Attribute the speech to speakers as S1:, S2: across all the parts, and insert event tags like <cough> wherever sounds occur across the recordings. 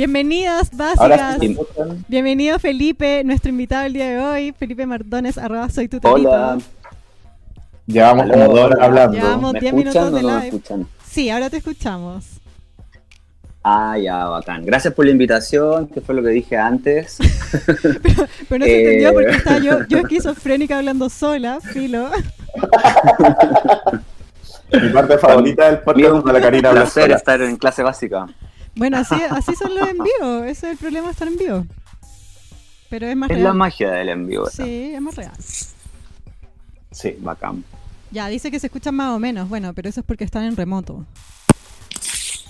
S1: Bienvenidas,
S2: Ahora
S1: básicas.
S2: sí, notan.
S1: Bienvenido, Felipe, nuestro invitado el día de hoy. Felipe Mardones, arroba soy tu
S2: Hola,
S3: Llevamos
S2: Aló,
S3: como dos horas
S2: hola.
S3: hablando.
S1: Llevamos- Como
S2: ¿me
S1: 10 minutos
S2: escuchan o
S1: de
S2: no me
S1: live.
S2: escuchan?
S1: Sí, ahora te escuchamos.
S2: Ah, ya, bacán. Gracias por la invitación, que fue lo que dije
S3: <laughs>
S2: antes.
S1: Pero no se
S2: Eh.
S1: entendió porque estaba yo, yo esquizofrénica hablando sola, filo.
S3: Mi parte favorita del podcast
S2: Amigo,
S3: cuando la Karina
S2: Un
S3: habla
S2: placer
S3: sola.
S2: estar en clase básica.
S1: Bueno, así, así son los en vivo. Ese es el problema de estar en vivo. Pero es más
S2: Es la
S1: real.
S2: magia del envío, ¿verdad?
S1: Sí, es más real.
S3: Sí.
S2: Bacán.
S1: Ya, dice que se escuchan más o menos. Bueno, pero eso es porque están en remoto.
S3: Sí,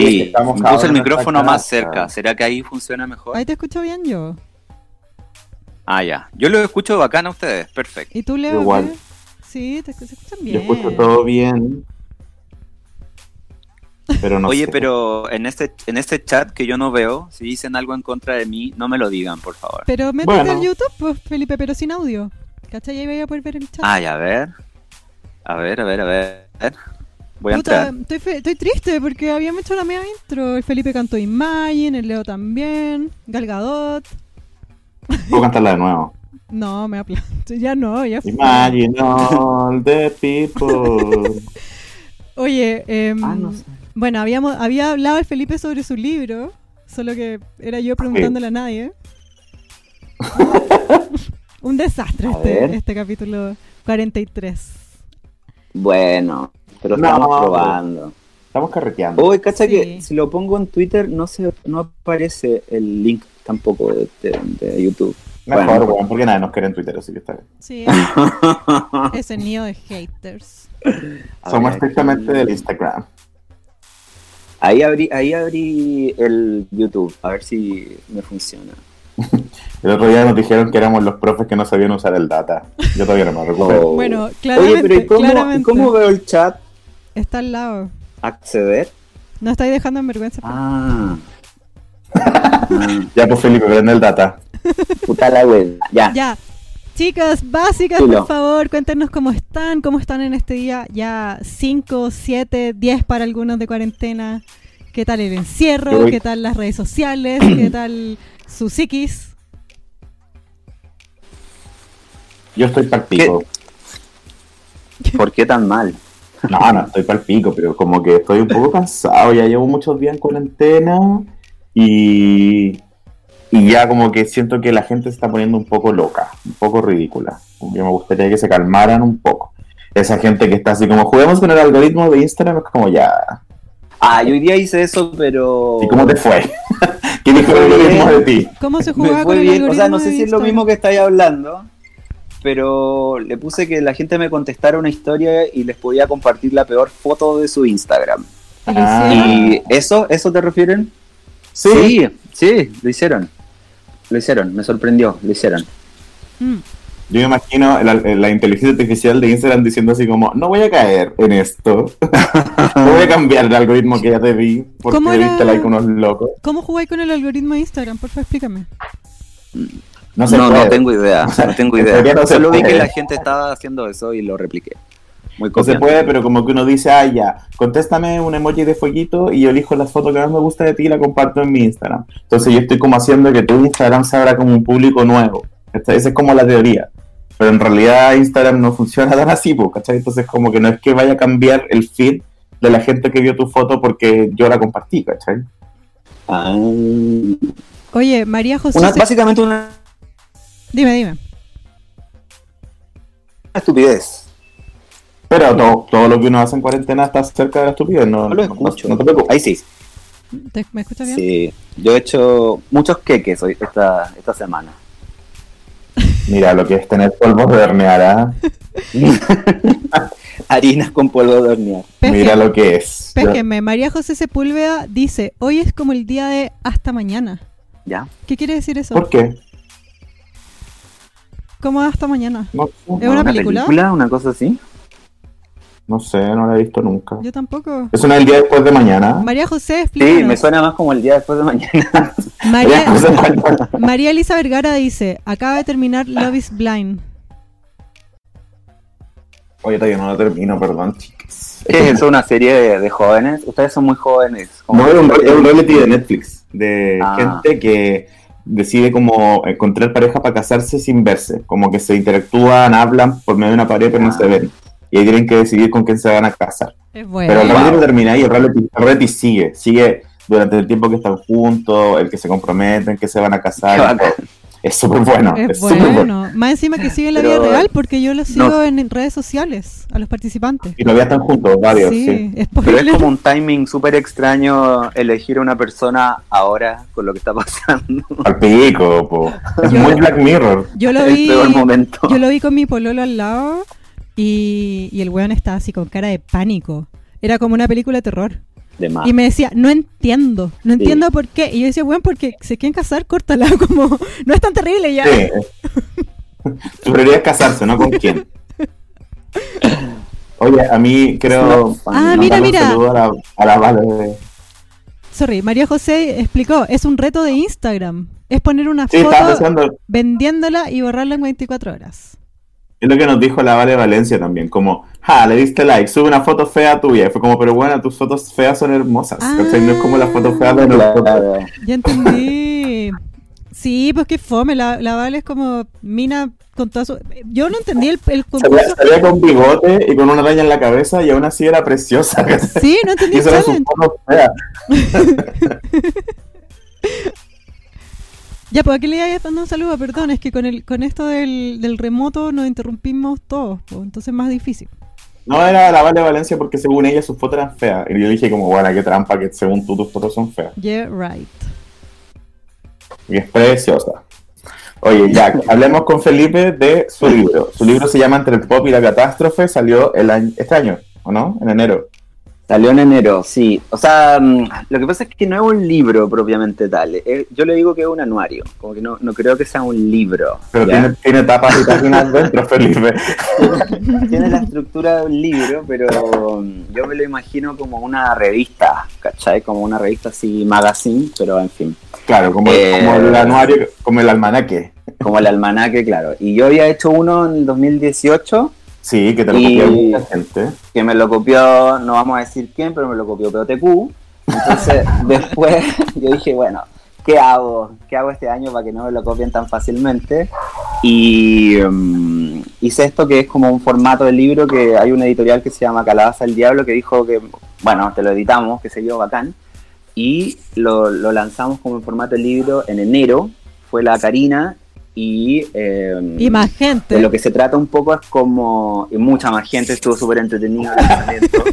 S2: Sí,
S3: estamos cada
S2: puse el
S3: uno en
S2: micrófono
S3: nuestra
S2: más
S3: casa.
S2: cerca. ¿Será que ahí funciona mejor?
S1: Ahí te escucho bien yo.
S2: Ah, ya. Yo lo escucho bacán a ustedes. Perfecto.
S1: ¿Y tú, Leo?
S3: Igual.
S1: qué? Sí, te, escu- se escuchan bien.
S3: Yo escucho todo bien. Pero no
S2: Oye,
S3: sé.
S2: pero en este, en este chat que yo no veo, si dicen algo en contra de mí, no me lo digan, por favor.
S1: Pero métete
S3: Bueno.
S1: al YouTube, pues, Felipe, pero sin audio. ¿Cachai? Ahí voy a poder ver el chat.
S2: Ay, Ah, a ver. A ver, a ver, a ver. Voy a
S1: Puta,
S2: entrar.
S1: estoy, fe- estoy triste porque habíamos hecho la media intro. El Felipe cantó Imagine, el Leo también, Galgadot.
S3: Puedo cantarla de nuevo.
S1: No, me aplasto. Ya no, ya fue.
S3: Imagine all the people.
S1: Oye, em,
S2: Ah, no sé.
S1: bueno, habíamos, había hablado el Felipe sobre su libro, solo que era yo preguntándole a
S2: <laughs>
S1: nadie. Un desastre
S2: A ver.
S1: este, este capítulo 43.
S2: Bueno, pero
S3: No,
S2: estamos
S3: hombre.
S2: probando.
S3: Estamos carreteando.
S2: Uy, cacha
S1: Sí.
S2: que si lo pongo en Twitter no se no aparece el link tampoco de, de- de YouTube.
S3: Mejor,
S2: bueno.
S3: weón, porque nadie nos quiere en Twitter, así que está bien.
S2: <laughs>
S1: Sí, ese nido de haters.
S3: Somos
S2: Habría
S3: estrictamente
S2: que-
S3: del Instagram.
S2: Ahí abrí, ahí abrí el YouTube, a ver si me funciona.
S3: El otro día nos dijeron que éramos los profes que no sabían usar el data. Yo todavía no me recuerdo.
S2: <laughs> Oh.
S1: Bueno,
S2: Oye,
S1: claramente,
S2: pero ¿y cómo,
S1: claramente.
S2: cómo veo el chat?
S1: Está al lado.
S2: ¿Acceder?
S1: No estáis dejando en vergüenza.
S2: Ah,
S3: Ya pues Felipe, prende el data.
S2: puta la web. Ya.
S1: <laughs> Ya. Chicas, básicas,
S2: Dilo.
S1: por favor, cuéntenos cómo están, cómo están en este día ya 5, 7, 10 para algunos de cuarentena. ¿Qué tal el
S3: Yo
S1: encierro?
S3: voy.
S1: ¿Qué tal las redes
S2: <clears throat>
S1: sociales? ¿Qué tal su psiquis?
S3: Yo estoy partido.
S2: ¿Por qué tan mal?
S3: No, no, estoy para el pico, pero como que estoy un poco cansado. Ya llevo muchos días en cuarentena y, y ya como que siento que la gente se está poniendo un poco loca, un poco ridícula. Como que me gustaría que se calmaran un poco. Esa gente que está así como, juguemos con el algoritmo de Instagram, es como ya.
S2: Ah, yo hoy día hice eso, pero...
S3: ¿Y cómo te fue? <laughs> ¿Qué dijo el algoritmo de ti?
S1: ¿Cómo se
S2: Me
S1: jugaba con el
S2: fue bien, o sea,
S1: algoritmo
S2: no
S1: de
S2: sé si es lo
S1: Instagram?
S2: mismo que estáis hablando, pero le puse que la gente me contestara una historia y les podía compartir la peor foto de su Instagram.
S1: ¿Y lo
S3: Ah.
S1: hicieron?
S2: ¿Y eso, eso te refieren? sí, sí, lo hicieron. Lo hicieron, me sorprendió, lo hicieron.
S1: Mm.
S3: Yo me imagino la, la inteligencia artificial de Instagram diciendo así como, no voy a caer en esto. <laughs> no voy a cambiar el algoritmo que ya te vi, porque
S1: ¿Cómo
S3: te
S1: era?
S3: diste like a unos locos.
S1: ¿Cómo jugáis con el algoritmo de Instagram? Por favor, explícame.
S3: No sé.
S2: No, no tengo idea, no tengo
S3: En
S2: idea.
S3: teoría no se
S2: Solo vi que
S3: puede.
S2: la gente estaba haciendo eso y lo repliqué. Muy
S3: No se
S2: copiando.
S3: puede, pero como que uno dice, ah, ya, contéstame un emoji de fueguito y yo elijo la foto que más me gusta de ti y la comparto en mi Instagram. Entonces yo estoy como haciendo que tu Instagram se abra como un público nuevo. Esta- Esa es como la teoría. Pero en realidad Instagram no funciona tan así, po, ¿cachai? Entonces como que no es que vaya a cambiar el feed de la gente que vio tu foto porque yo la compartí, ¿cachai?
S2: Ah.
S1: Oye, María José.
S2: Una-
S1: se-
S2: básicamente una
S1: Dime, dime.
S2: estupidez.
S3: Pero todo, todo lo que uno hace en cuarentena está cerca de la estupidez, no,
S2: No lo
S3: no-
S2: escucho.
S3: no te preocupes.
S2: Ahí sí.
S1: ¿Te- ¿Me escuchas bien?
S2: Sí, yo he hecho muchos queques hoy, esta, esta semana.
S3: Mira, lo que es tener polvos de hornear, ¿ah?
S2: Harinas con polvo de hornear.
S1: Pesque-
S3: Mira lo que es. Yo-
S1: Péjenme, María José Sepúlveda dice, hoy es como el día de hasta mañana.
S2: ¿Ya?
S1: ¿Qué quiere decir eso?
S3: ¿Por qué?
S1: ¿Cómo hasta mañana?
S3: No, sé,
S1: ¿Es una película?
S2: ¿Una cosa así?
S3: no sé, no la he visto nunca.
S1: Yo tampoco.
S3: ¿Es una del día después de mañana? <laughs>
S1: María José,
S2: Sí,
S1: explícanos.
S2: me suena más como el día después de mañana. <laughs>
S1: María,
S3: No sé <laughs> cuál-
S1: María Elisa Vergara dice, acaba de terminar Love is Blind.
S3: Oye, todavía no la termino, perdón, chicas.
S2: ¿Qué es eso? ¿Una serie de, de jóvenes? Ustedes son muy jóvenes. como
S3: No,
S2: que
S3: es un,
S2: ustedes- <laughs>
S3: es un reality de Netflix. de
S2: Ah.
S3: gente que decide como encontrar pareja para casarse sin verse, como que se interactúan, hablan por medio de una pared pero no
S2: Ah.
S3: se ven. Y ahí tienen que decidir con quién se van a casar.
S1: Es
S3: Pero el
S1: bueno.
S2: la-
S3: reality
S2: Wow.
S3: no termina ahí, el reality, el reality sigue, sigue durante el tiempo que están juntos, el que se comprometen, que se van a
S2: Qué
S3: <laughs> casar. y
S1: <laughs>
S2: bacán.
S3: todo. Es súper bueno,
S1: Es
S3: es súper bueno.
S1: bueno. Más encima que sigue en la vida
S2: Pero-
S1: real porque yo lo sigo
S2: No.
S1: en redes sociales a los participantes.
S3: Y todavía están juntos, varios, sí.
S1: sí, es
S2: Pero es
S1: posible.
S2: como un timing súper extraño elegir a una persona ahora con lo que está <laughs> pasando.
S3: Al pico, po. Es muy Black Mirror.
S1: Yo lo
S2: el
S1: vi.
S2: peor momento.
S1: Yo lo vi con mi pololo al lado y, y el weón estaba así con cara de pánico. Era como una película de terror.
S2: De
S3: Ah.
S2: más.
S1: Y me decía, no entiendo, no entiendo por qué. Y yo decía, weón, porque se quieren casar, córtala, <laughs> como, no es tan terrible ya. <laughs>
S3: Sí. Tu prioridad es casarse, ¿no? ¿Con quién? Oye, a mí creo...
S1: Ah, mira,
S3: mandar un
S1: mira.
S3: saludo A la, a la Vale.
S1: Sorry, María José explicó, es un reto de Instagram. Es poner una
S3: Sí, estaba
S1: foto
S3: pensando...
S1: vendiéndola y borrarla en 24 horas.
S3: Es lo que nos dijo la Vale Valencia también, como, ja, le diste like, sube una foto fea tuya. Y fue como, pero bueno, tus fotos feas son hermosas.
S1: Ah.
S3: ¿cachai? No es como las fotos feas de nosotros.
S2: Claro.
S1: Ya
S3: <laughs>
S1: entendí. Sí, pues qué fome, la, la Vale es como mina con toda su... Yo no entendí el, el concurso.
S3: Salía, salía con bigote y con una araña en la cabeza y aún así era preciosa. <laughs> ¿cachai?
S1: Sí, no entendí
S3: Y
S1: el
S3: eso era su
S1: challenge.
S3: foto fea.
S1: Ya, pues aquí le iba dando un saludo, perdón, es que con el con esto del, del remoto nos interrumpimos todos, pues, entonces es más difícil.
S3: No era la Vale Valencia porque según ella sus fotos eran feas. Y yo dije como, bueno, qué trampa que según tú tus fotos son feas.
S1: Yeah, right.
S3: Y es preciosa. Oye, Jack, hablemos con Felipe de su libro. Su libro se llama Entre el Pop y la Catástrofe, salió el año, este año, ¿o no? En enero.
S2: Salió en enero, sí. O sea, mm, lo que pasa es que no es un libro propiamente tal. Eh, Yo le digo que es un anuario. Como que no, no creo que sea un libro.
S3: Pero
S2: ¿ya?
S3: tiene, tiene tapas y
S2: <laughs>
S3: páginas dentro, Felipe.
S2: Tiene la estructura de un libro, pero mm, yo me lo imagino como una revista, ¿cachai? Como una revista así, magazine, pero en fin.
S3: Claro, como,
S2: Eh.
S3: como el anuario, como el almanaque.
S2: Como el almanaque, claro. Y yo había hecho uno en el 2018
S3: Sí, que te lo
S2: Y-
S3: copió mucha gente.
S2: que me lo copió, no vamos a decir quién, pero me lo copió POTQ. Entonces, después yo dije, bueno, ¿qué hago? ¿Qué hago este año para que no me lo copien tan fácilmente? Y mm, hice esto que es como un formato de libro que hay una editorial que se llama Calabaza el Diablo que dijo que, bueno, te lo editamos, qué sé yo, bacán. Y lo, lo lanzamos como en formato de libro en enero. Fue la Karina y... eh,
S1: Y más
S2: de
S1: gente.
S2: lo que se trata un poco es como. y mucha más gente estuvo súper entretenido el
S1: <laughs>
S2: lanzamiento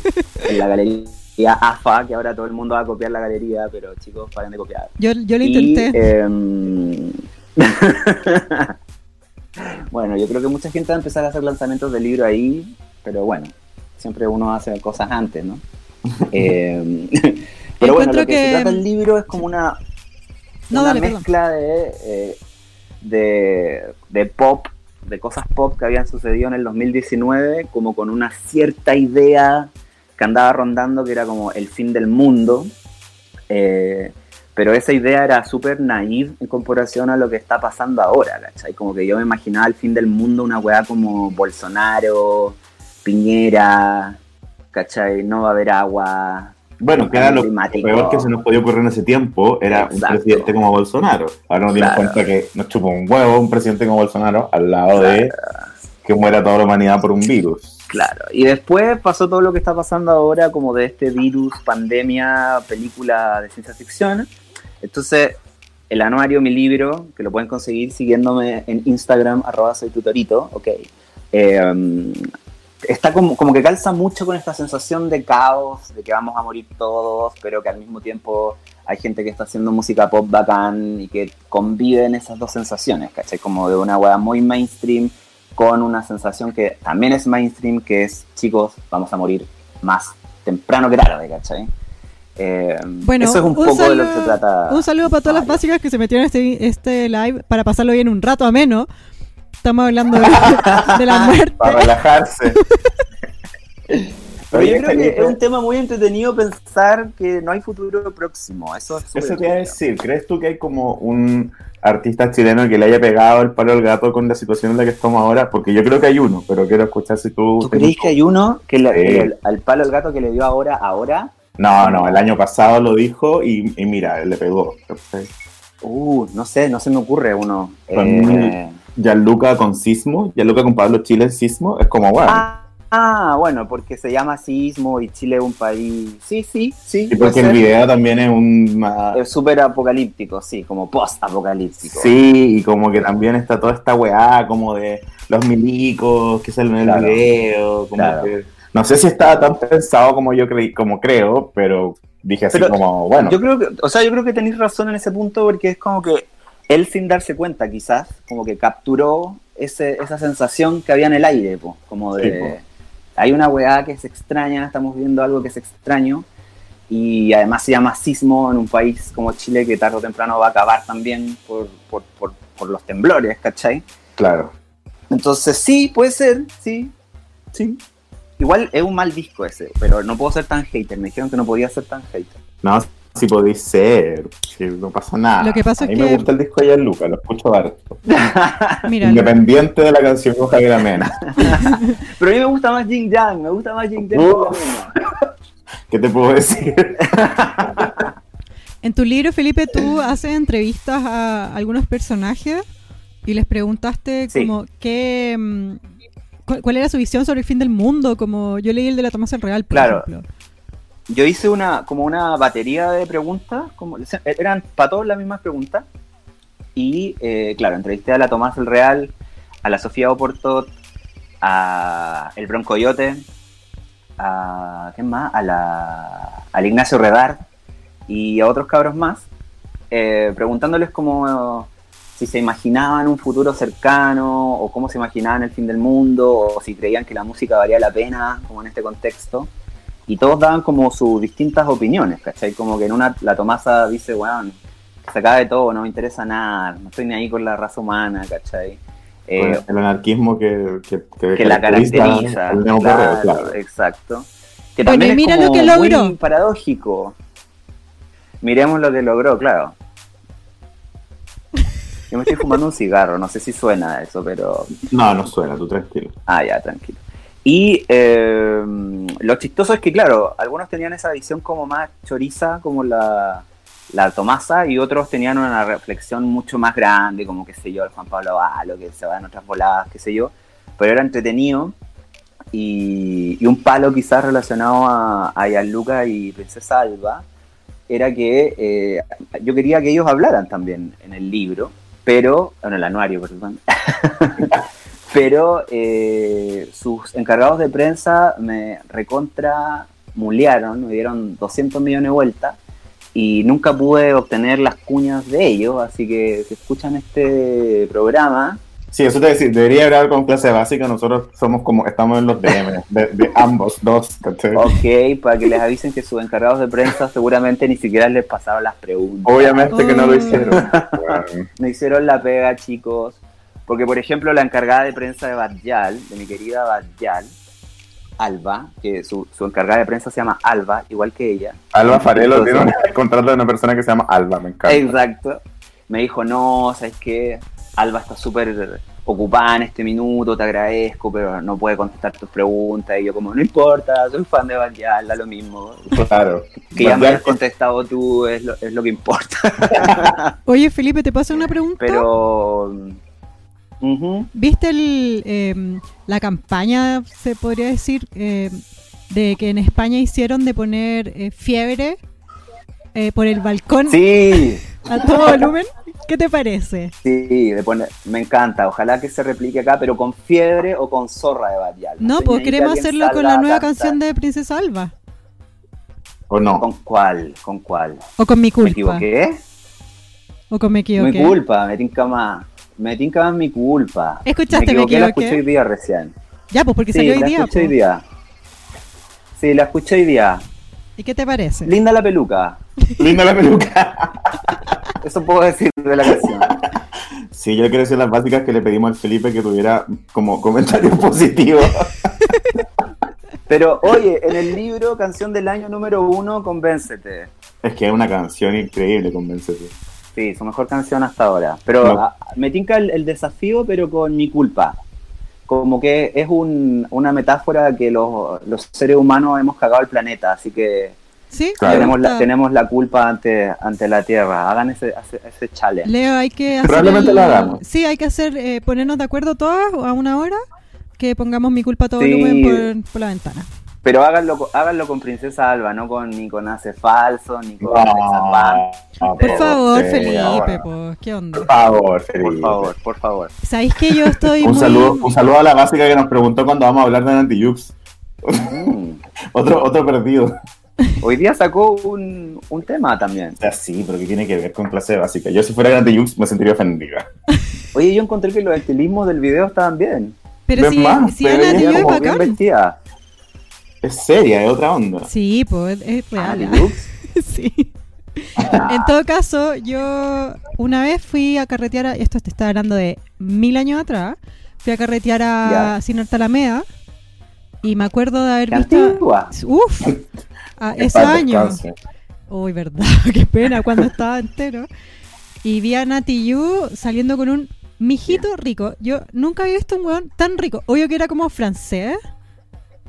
S2: en la galería AFA, que ahora todo el mundo va a copiar la galería, pero chicos, paren de copiar.
S1: Yo, yo lo
S2: Y,
S1: intenté.
S2: em, <laughs> bueno, yo creo que mucha gente va a empezar a hacer lanzamientos de libro ahí, pero bueno, siempre uno hace cosas antes,
S1: <laughs>
S2: ¿no? Em, <laughs> pero bueno,
S1: Encuentro
S2: lo que,
S1: que- mm,
S2: se trata el libro es como una,
S1: No,
S2: una
S1: dale, perdón.
S2: mezcla de, eh, de, de pop, de cosas pop que habían sucedido en el 2019, como con una cierta idea que andaba rondando, que era como el fin del mundo. Eh, pero esa idea era súper naive en comparación a lo que está pasando ahora, ¿cachai? Como que yo me imaginaba el fin del mundo una weá como Bolsonaro, Piñera, ¿cachai? No va a haber agua.
S3: Bueno, que era lo
S2: Climático.
S3: peor que se nos podía ocurrir en ese tiempo, era un
S2: Exacto.
S3: presidente como Bolsonaro. Ahora nos dimos
S2: Claro.
S3: cuenta que nos chupó un huevo un presidente como Bolsonaro al lado de que muera toda la humanidad por un virus.
S2: Claro, y después pasó todo lo que está pasando ahora, como de este virus, pandemia, película de ciencia ficción. Entonces, el anuario, mi libro, que lo pueden conseguir siguiéndome en Instagram, arroba soy tutorito, ok. Eh, um, está como, como que calza mucho con esta sensación de caos, de que vamos a morir todos, pero que al mismo tiempo hay gente que está haciendo música pop bacán y que conviven esas dos sensaciones, ¿cachai? Como de una hueá muy mainstream con una sensación que también es mainstream, que es, chicos, vamos a morir más temprano que tarde, ¿cachai? Eh,
S1: Bueno,
S2: eso es un,
S1: un
S2: poco de lo que
S1: saludo-
S2: se trata.
S1: Un saludo para todas las
S2: Mario.
S1: básicas que se metieron a este, este live para pasarlo bien un rato ameno. Estamos hablando de, de
S2: <laughs>
S1: la
S3: Para
S1: muerte.
S3: relajarse.
S2: Pero yo
S3: Oye,
S2: creo que
S3: Felipe,
S2: es un tema muy entretenido pensar que no hay futuro próximo. Eso es súper
S3: Eso te iba a
S2: entretenido.
S3: decir, ¿crees tú que hay como un artista chileno que le haya pegado el palo al gato con la situación en la que estamos ahora? Porque yo creo que hay uno, pero quiero escuchar si tú...
S2: ¿Tú crees que hay uno que, le-
S3: Sí.
S2: que el- al palo al gato que le dio ahora, ahora,
S3: No, no, el año pasado lo dijo y, y mira, le pegó. ¿cachai?
S2: Uh, no sé, no se me ocurre uno.
S3: Con-
S2: Eh,
S3: Gianluca con Sismo, Gianluca con Pablo Chile en Sismo, es como, bueno.
S2: ah, ah, bueno, porque se llama sismo y Chile es un país. Sí, sí, sí.
S3: y
S2: puede
S3: porque el
S2: ser.
S3: video también es una...
S2: Es súper apocalíptico, sí, como post-apocalíptico.
S3: Sí, y como que también está toda esta weá como de los milicos que salen en el
S2: Claro.
S3: video. como
S2: Claro.
S3: que- no sé si estaba tan pensado como yo creí, como creo, pero dije así
S2: Pero
S3: como, bueno,
S2: Yo creo que, o sea, yo creo que tenéis razón en ese punto porque es como que él sin darse cuenta quizás, como que capturó ese, esa sensación que había en el aire, po, como de
S3: Sí, po.
S2: hay una weá que es extraña, estamos viendo algo que es extraño y además se llama sismo en un país como Chile que tarde o temprano va a acabar también por, por, por, por los temblores, ¿cachai?
S3: claro.
S2: Entonces sí, puede ser, sí, sí. Igual es un mal disco ese, pero no puedo ser tan hater, me dijeron que no podía ser tan hater.
S3: No, si podéis ser, si no pasa nada.
S1: Lo que pasa
S3: a
S1: es
S3: mí me
S1: que-
S3: gusta el disco de Gianluca, lo escucho harto.
S1: Mira, lo-
S3: Independiente de la canción con
S1: <laughs>
S3: Javier Amena.
S2: Pero a mí me gusta más Jin Yang, me gusta más Jin Yang.
S3: Uf. ¿Qué te puedo decir?
S1: en tu libro, Felipe, tú haces entrevistas a algunos personajes y les preguntaste
S2: Sí.
S1: como qué... mm, cu- ¿Cuál era su visión sobre el fin del mundo? Como yo leí el de la Tomás el Real, por
S2: Claro.
S1: ejemplo.
S2: Yo hice una como una batería de preguntas, como eran para todos las mismas preguntas. Y eh, claro, entrevisté a la Tomás el Real, a la Sofía Oportot, a el Broncoyote, a ¿quién más? A la al Ignacio Redar y a otros cabros más, eh, preguntándoles como si se imaginaban un futuro cercano o cómo se imaginaban el fin del mundo o si creían que la música valía la pena como en este contexto y todos daban como sus distintas opiniones, ¿cachai? Como que en una la Tomasa dice, weón, que se acabe todo, no me interesa nada, no estoy ni ahí con la raza humana, ¿cachai? Eh,
S3: Con el anarquismo que, que,
S2: que la caracteriza.
S3: al Neo
S2: claro,
S3: Carreo, claro.
S2: Exacto. Que
S1: Bueno,
S2: también
S1: y mira
S2: es como
S1: lo que logró.
S2: muy paradójico. Miremos lo que logró, claro. Yo me estoy fumando un cigarro, no sé si suena eso, pero
S3: No, no suena, tú tranquilo.
S2: Ah, ya, tranquilo. Y eh, lo chistoso es que, claro, algunos tenían esa visión como más choriza, como la, la Tomasa, y otros tenían una reflexión mucho más grande, como, qué sé yo, el Juan Pablo Valo, que se va en otras voladas, qué sé yo. Pero era entretenido y, y un palo quizás relacionado a, a Gianluca y Princesa Alba era que eh, yo quería que ellos hablaran también en el libro, pero, en el anuario, perdón, pero eh, sus encargados de prensa me recontra mulearon, me dieron 200 millones de vueltas y nunca pude obtener las cuñas de ellos, así que si escuchan este programa,
S3: Sí, eso te decir, debería hablar con clase básica, nosotros somos como, estamos en los DM, de, de ambos, dos,
S2: <laughs>
S3: ¿cachai?
S2: ok, para que les avisen que sus encargados de prensa seguramente ni siquiera les pasaron las preguntas.
S3: Obviamente que no lo
S1: Oh.
S3: hicieron. Bueno,
S2: me hicieron la pega, chicos. Porque, por ejemplo, la encargada de prensa de Badjal, de mi querida Badjal, Alba, que su, su encargada de prensa se llama Alba, igual que ella.
S3: Alba Farelo tiene un contrato de una persona que se llama Alba, me encanta.
S2: Exacto. Me dijo, no, ¿sabes qué? Alba está súper ocupada en este minuto, te agradezco, pero no puede contestar tus preguntas. Y yo como, no importa, soy fan de Badjal, da lo mismo.
S3: Claro.
S2: Que ya me
S3: Verdad
S2: hayas contestado tú es lo, es lo que importa.
S1: Oye, Felipe, ¿te Mm. puedo hacer una pregunta?
S2: Pero... ujú.
S1: ¿Viste el, eh, la campaña, se podría decir, eh, de que en España hicieron de poner eh, fiebre eh, por el balcón
S2: Sí,
S1: a todo volumen? ¿Qué te parece?
S2: Sí, de poner- me encanta. Ojalá que se replique acá, pero con fiebre o con zorra de Badial.
S1: No,
S2: Estoy
S1: pues
S2: ahí que
S1: queremos
S2: alguien
S1: hacerlo con
S2: salga
S1: la
S2: a
S1: nueva
S2: cantar.
S1: canción de Princesa Alba.
S3: ¿O no?
S2: ¿Con cuál? ¿Con cuál?
S1: O con mi
S2: ¿Me
S1: culpa.
S2: equivoqué?
S1: O con me
S2: Mi
S1: equivoqué.
S2: culpa, me tinca más. Me tinca más mi culpa.
S1: ¿Escuchaste,
S2: me equivoqué?
S1: me
S2: La
S1: equivoqué?
S2: escuché hoy día recién.
S1: Ya, pues porque
S2: Sí,
S1: salió hoy
S2: la
S1: día. po.
S2: escuché hoy día. Sí, la escuché hoy día.
S1: ¿Y qué te parece?
S2: Linda la peluca.
S3: Linda la peluca.
S2: Eso puedo decir de la canción.
S3: Sí, yo quiero decir las básicas que le pedimos al Felipe que tuviera como comentarios <laughs> positivos.
S2: Pero oye, en el libro Canción del Año número uno, convéncete.
S3: Es que es una canción increíble, convéncete.
S2: Sí, su mejor canción hasta ahora. Pero
S3: No.
S2: a- me tinca el, el desafío, pero con mi culpa. Como que es un- una metáfora que los, los seres humanos hemos cagado el planeta, así que
S1: ¿Sí?
S3: Claro.
S1: me
S2: Tenemos, la,
S1: gusta.
S2: tenemos la culpa ante, ante la Tierra. Hagan ese, ese, ese challenge.
S1: Leo, hay que hacer.
S3: Probablemente
S1: el-
S3: lo hagamos.
S1: Sí, hay que hacer, eh, ponernos de acuerdo todas a una hora que pongamos mi culpa a todo
S2: Sí.
S1: volumen por, por la ventana.
S2: Pero háganlo, co- háganlo con Princesa Alba, no con ni con Ace Falso, ni con
S3: No,
S2: Alexa Pan.
S3: no,
S1: Por
S2: Pero,
S1: favor,
S3: sí,
S1: Felipe,
S3: eh, ahora.
S1: pues, ¿qué
S3: Por
S1: onda?
S3: favor, Felipe.
S2: Por favor, por favor.
S1: ¿Sabéis que yo estoy
S3: Un
S1: muy.
S3: saludo, un saludo a la básica que nos preguntó cuando vamos a hablar de Nantiyux.
S2: Mm.
S3: Otro, otro perdido.
S2: Hoy día sacó un, un tema también.
S3: O sea, sí, pero ¿qué tiene que ver con clase básica? Yo si fuera Nantiyux me sentiría ofendida.
S2: Oye, yo encontré que los estilismos del video estaban bien.
S1: Pero
S3: Ves
S1: si,
S3: más,
S1: si
S3: te
S1: Ana
S3: veía
S1: Tillo
S2: Ella
S1: es
S2: como bien
S1: Ah, bacán.
S2: vestida.
S3: Es seria, es otra onda.
S1: Sí, pues, es, es
S2: Ah,
S1: real.
S2: ¿de looks?
S1: <laughs> sí. En todo caso, yo una vez fui a carretear, a, esto te está hablando de mil años atrás, fui a carretear a
S2: Ya.
S1: Sinorta Alameda y me acuerdo de haber
S2: Qué
S1: visto...
S2: antigua.
S1: Uf, a
S3: Que
S1: esos
S3: paz
S1: años.
S3: descanse.
S1: Uy, verdad, <laughs> qué pena, cuando estaba entero. Y vi a Nati Yu saliendo con un mijito rico. Yo nunca había visto un weón tan rico. Obvio que era como francés.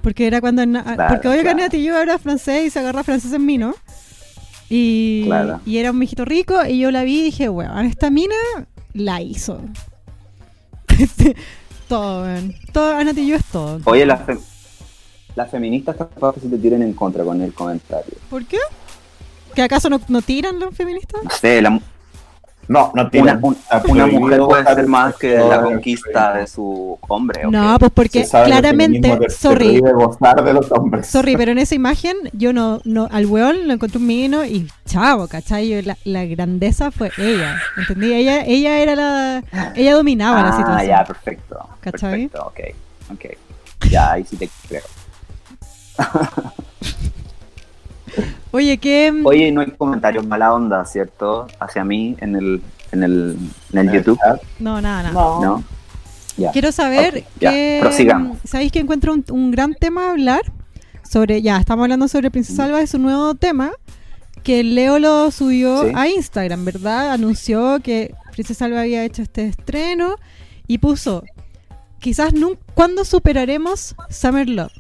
S1: Porque era cuando. na-
S2: Claro,
S1: porque obvio
S2: claro.
S1: que Nati Yu era francés y se agarra francés en mí, ¿no? Y,
S2: Claro.
S1: y era un mijito rico. Y yo la vi y dije, weón, esta mina la hizo. <laughs> todo, weón. Todo, a Nati Yu es todo.
S2: Oye, las, fe- las feministas capaz que se te tiren en contra con el comentario.
S1: ¿Por qué? ¿Que acaso no, no tiran los feministas?
S2: No sé, la mu-
S3: No, no tiene.
S2: una, un- una mujer puede ser más que la conquista de su hombre. ¿ok?
S1: No, pues porque claramente, sorry,
S3: Debe gozar de los hombres.
S1: sorry, pero en esa imagen yo no, no al weón lo encontré un mino y chavo, ¿cachai? Yo- la, la grandeza fue ella, ¿entendí? Ella, ella era la, ella dominaba la
S2: Ah,
S1: situación.
S2: ya, perfecto.
S1: ¿Cachai?
S2: Perfecto, ok. Ok. Ya, ahí sí te creo.
S1: Oye, que mm,
S2: Oye, no hay comentarios mala onda, ¿cierto? Hacia mí en el, en el, en el YouTube,
S1: no, nada, nada.
S3: No.
S2: ¿no? Ya.
S1: Quiero saber
S2: Ok, ya,
S1: que
S2: prosigamos.
S1: mm, sabéis que encuentro un, un gran tema a hablar sobre, ya, estamos hablando sobre Princesa Alba es un nuevo tema que Leo lo subió
S2: Sí.
S1: a Instagram, ¿verdad? Anunció que Princesa Alba había hecho este estreno y puso quizás nunca cuándo superaremos Summer Love.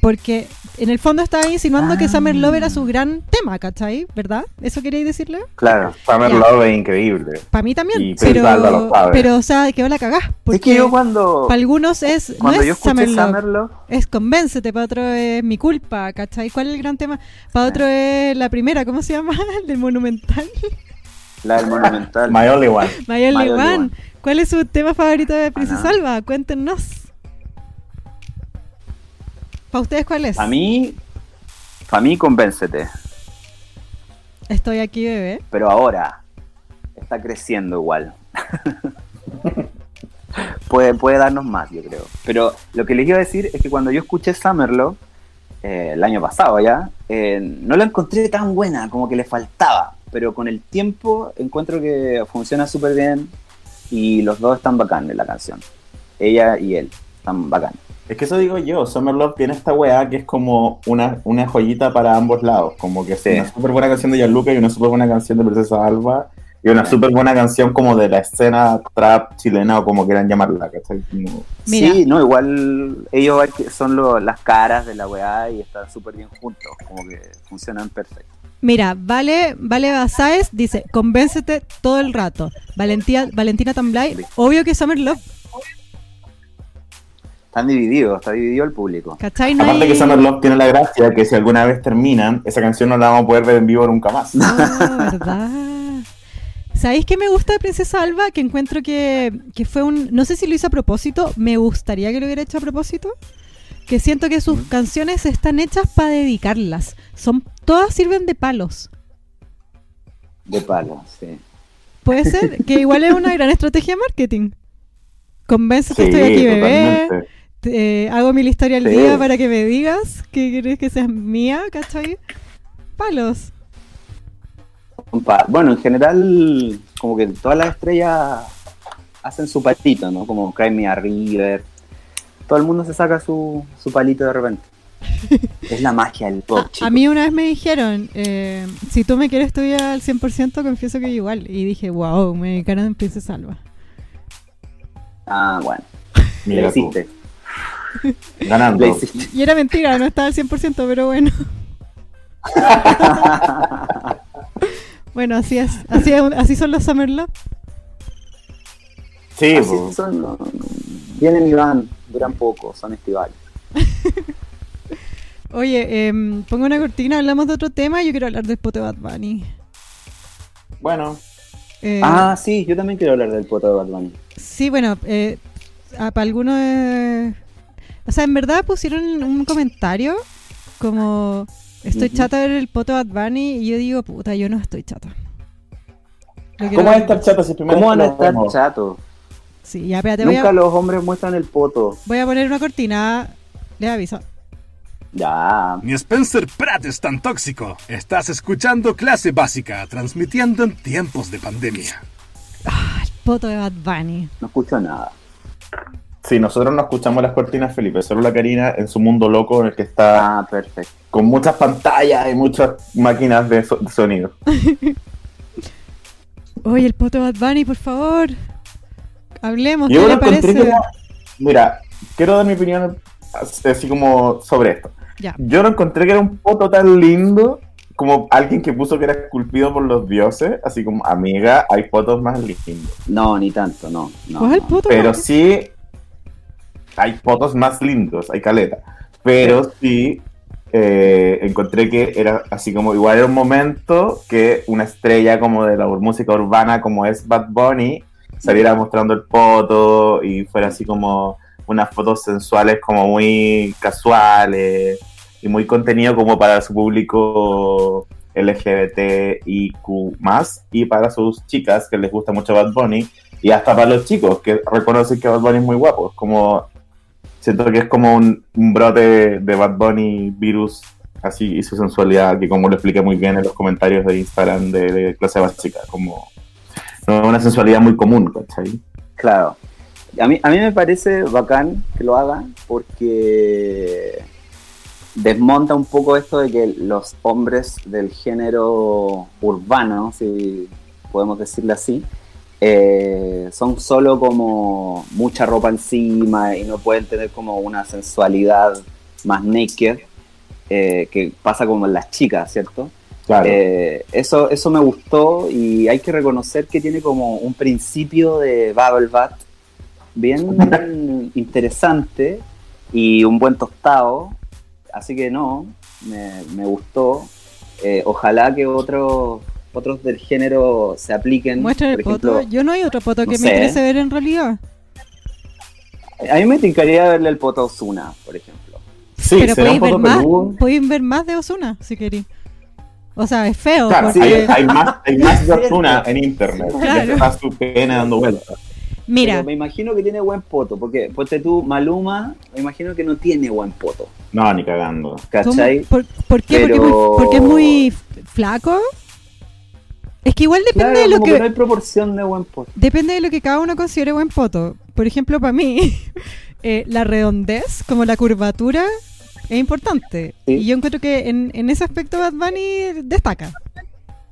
S1: Porque en el fondo estaba insinuando que
S2: Ah.
S1: Summer Love era su gran tema, ¿cachai? ¿verdad? ¿Eso queríais decirle?
S2: Claro.
S3: Summer
S1: Ya.
S3: Love es increíble.
S1: Para mí también,
S3: Y
S1: pero,
S3: Princesa Alba lo sabe.
S1: pero o sea, quedó la cagá. Porque
S2: Es que yo cuando,
S1: para algunos es, no
S2: cuando yo
S1: es
S2: escuché
S1: Summer
S2: Summer
S1: Love.
S2: Love,
S1: Es convéncete, para otro es mi culpa, ¿cachai? ¿Cuál es el gran tema? Para otro
S2: Ah.
S1: es la primera, ¿cómo se llama? <laughs> El del Monumental.
S2: la del Monumental,
S1: <laughs>
S3: My only one.
S1: My Only
S2: My Only
S1: One.
S2: One.
S1: ¿Cuál es su tema favorito de Princesa
S2: Ajá.
S1: Alba? Cuéntenos. ¿Para ustedes cuál es?
S2: a mí, a mí convéncete,
S1: Estoy aquí, bebé.
S2: pero ahora está creciendo igual. puede, puede darnos más, yo creo. Pero lo que les iba a decir es que cuando yo escuché Summer Love, eh, el año pasado ya, eh, no la encontré tan buena, como que le faltaba. Pero con el tiempo encuentro que funciona súper bien y los dos están bacán en la canción. Ella y él están bacán.
S3: Es que eso digo yo, Summer Love tiene esta weá que es como una, una joyita para ambos lados. Como que es
S2: Sí.
S3: una súper buena canción de Gianluca y una súper buena canción de Princesa Alba. Y una súper buena canción como de la escena trap chilena o como quieran llamarla. ¿cachai? Como-
S1: Mira.
S2: Sí, no, igual ellos hay que- son lo- las caras de la weá y están súper bien juntos, como que funcionan perfecto.
S1: Mira, Vale, Vale Basáez dice, convéncete todo el rato. Valentía, Valentina Tamblay,
S2: Sí.
S1: obvio que Summer Love,
S2: Están divididos, está dividido el público.
S1: ¿cachai? No
S3: Aparte
S1: hay-
S3: que Summer Love tiene la gracia que si alguna vez terminan, esa canción no la vamos a poder ver en vivo nunca más.
S1: No, Ah, ¿verdad? ¿Sabéis qué me gusta de Princesa Alba? Que encuentro que, que fue un... No sé si lo hizo a propósito, me gustaría que lo hubiera hecho a propósito. Que siento que sus canciones están hechas para dedicarlas. Son, todas sirven de palos.
S2: De palo, sí.
S1: Puede ser que igual es una gran estrategia de marketing. Convéncete, estoy aquí, bebé.
S3: totalmente.
S1: te- eh, hago mi historia al
S2: Sí.
S1: día para que me digas que quieres que seas mía, ¿cachai? Palos.
S2: Un pa- Bueno, en general, como que todas las estrellas hacen su palito, ¿no? Como Cry Me a River. Todo el mundo se saca su, su palito de repente. es la magia del pop,
S1: Ah, A
S2: chicos.
S1: mí una vez me dijeron, eh, si tú me quieres tuya al 100%, confieso que igual. Y dije, wow, me dedicaron en Princesa Alba.
S2: Ah, bueno, le
S3: Mira tú,
S2: hiciste,
S3: ganando.
S2: le hiciste. <laughs>
S1: Y era mentira, no estaba al 100%, pero bueno. Bueno, así es. Así, es- así son los Summer Love.
S3: Sí,
S2: Así
S3: pues.
S2: Ah, son, no, no. Vienen y van, duran poco, son estivales.
S1: Oye, em, pongo una cortina, hablamos de otro tema. Yo quiero hablar del poteo Bad Bunny.
S3: Bueno,
S1: Eh,
S2: Ah, sí, yo también quiero hablar del poto de Bad Bunny.
S1: Sí, bueno, eh, para algunos... eh, o sea, en verdad pusieron un comentario como... Estoy
S2: Ujú.
S1: chata de ver el poto Bad Bunny y yo digo, puta, yo no estoy chata. Lo quiero
S3: ¿cómo van a
S1: ver.
S3: estar chatos si primero
S2: ¿Cómo van a
S3: lo
S2: estar
S3: vemos?
S2: chatos?
S1: Sí, ya, espérate, voy
S2: Nunca
S1: a,
S2: los hombres muestran el poto.
S1: voy a poner una cortina. Les aviso.
S2: Ya.
S4: Ni Spencer Pratt es tan tóxico. Estás escuchando clase básica, transmitiendo en tiempos de pandemia.
S1: Poto de Bad Bunny.
S2: No escucho nada.
S3: Sí, nosotros no escuchamos las cortinas, Felipe. Solo la Karina en su mundo loco en el que está
S2: Ah, perfecto.
S3: con muchas pantallas y muchas máquinas de, so- de sonido.
S1: Oye, el poto de Bad Bunny, por favor. Hablemos, ¿qué
S3: Yo lo
S1: le
S3: encontré
S1: parece?
S3: como. Mira, quiero dar mi opinión así como sobre esto.
S1: Ya.
S3: Yo lo encontré que era un poto tan lindo como alguien que puso que era esculpido por los dioses. Así como, amiga, hay fotos más lindos.
S2: No, ni tanto, no. no
S1: ¿Cuál
S2: no.
S1: poto?
S3: Pero sí, hay fotos más lindos, hay caleta. Pero sí, eh, encontré que era así como, igual era un momento que una estrella como de la ur- música urbana como es Bad Bunny saliera mostrando el poto y fuera así como unas fotos sensuales como muy casuales y muy contenido como para su público LGBTIQ más y para sus chicas que les gusta mucho Bad Bunny y hasta para los chicos que reconocen que Bad Bunny es muy guapo. Es como, siento que es como un, un brote de Bad Bunny virus así y su sensualidad que como lo expliqué muy bien en los comentarios de Instagram de, de clase básica, como no es una sensualidad muy común, ¿cachai?
S2: Claro. A mí, a mí me parece bacán que lo haga porque desmonta un poco esto de que los hombres del género urbano, si podemos decirlo así, eh, son solo como mucha ropa encima y no pueden tener como una sensualidad más naked eh, que pasa como en las chicas, ¿cierto?
S3: Claro.
S2: Eh, eso, eso me gustó y hay que reconocer que tiene como un principio de Babelbat bien interesante y un buen tostado. Así que no, me, me gustó. Eh, ojalá que otros otros del género se apliquen.
S1: Muestra el
S2: por ejemplo,
S1: poto. Yo no hay otro poto
S2: no
S1: que me
S2: sé.
S1: interese ver en realidad.
S2: A mí me tincaría verle el poto a Ozuna, por ejemplo.
S3: sí,
S1: pero
S3: será un
S1: podéis ver,
S3: poco
S1: más,
S3: peludo.
S1: podéis ver más de Osuna, si queréis. O sea, es feo.
S3: Claro,
S1: porque-
S3: hay, hay más,
S1: <laughs>
S3: hay más
S2: Es
S3: de
S2: cierto.
S3: Ozuna en internet.
S1: Claro.
S3: Ya está su pene dando vueltas.
S1: Mira,
S2: Pero me imagino que tiene buen poto, porque ponte tú, Maluma, me imagino que no tiene buen poto.
S3: No, ni cagando.
S1: ¿cómo?
S2: ¿Cachai?
S1: ¿Por, por qué? Porque, es muy-
S2: Pero-
S1: porque es muy f- flaco. Es que igual depende
S2: Claro,
S1: de lo
S2: como
S1: que,
S2: que no hay proporción de buen poto.
S1: depende de lo que cada uno considere buen poto. Por ejemplo, para mí, <laughs> eh, la redondez, como la curvatura, es importante.
S2: Sí.
S1: Y yo encuentro que en, en ese aspecto Bad Bunny destaca.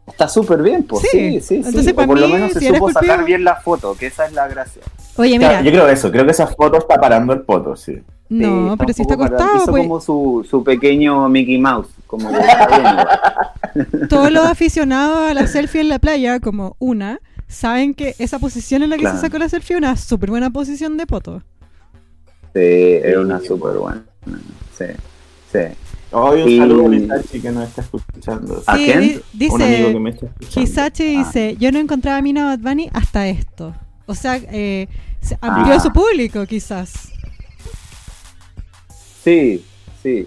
S2: Está súper bien, pues.
S1: Sí.
S2: Sí, sí, sí.
S1: Entonces,
S2: O
S1: para
S2: por lo
S1: mí,
S2: menos se
S1: si era
S2: supo sacar
S1: esculpido-
S2: bien la foto, que esa es la gracia.
S1: Oye, Eh, mira,
S3: Claro, yo creo eso, creo que esa foto está parando el poto, sí.
S2: Sí,
S1: no, pero si
S2: un
S1: está
S2: poco para-
S1: acostado,
S2: Hizo
S1: pues.
S2: como su, su pequeño Mickey Mouse. Como que está bien, pues. igual.
S1: todos los aficionados a la selfie en la playa, como una, saben que esa posición en la que
S2: Claro.
S1: se sacó la selfie es una súper buena posición de poto.
S2: <laughs> Sí, es una súper buena. Sí, sí.
S3: Hoy un
S2: Y-
S3: saludo a Itachi que nos está escuchando.
S2: ¿A quién?
S1: di-
S3: un amigo que
S1: dice,
S3: me está escuchando.
S1: Hisachi
S2: Ah.
S1: dice, yo no encontraba a Mina Bad Bunny hasta esto. O sea, eh, se amplió
S2: Ah.
S1: su público quizás.
S2: Sí, sí.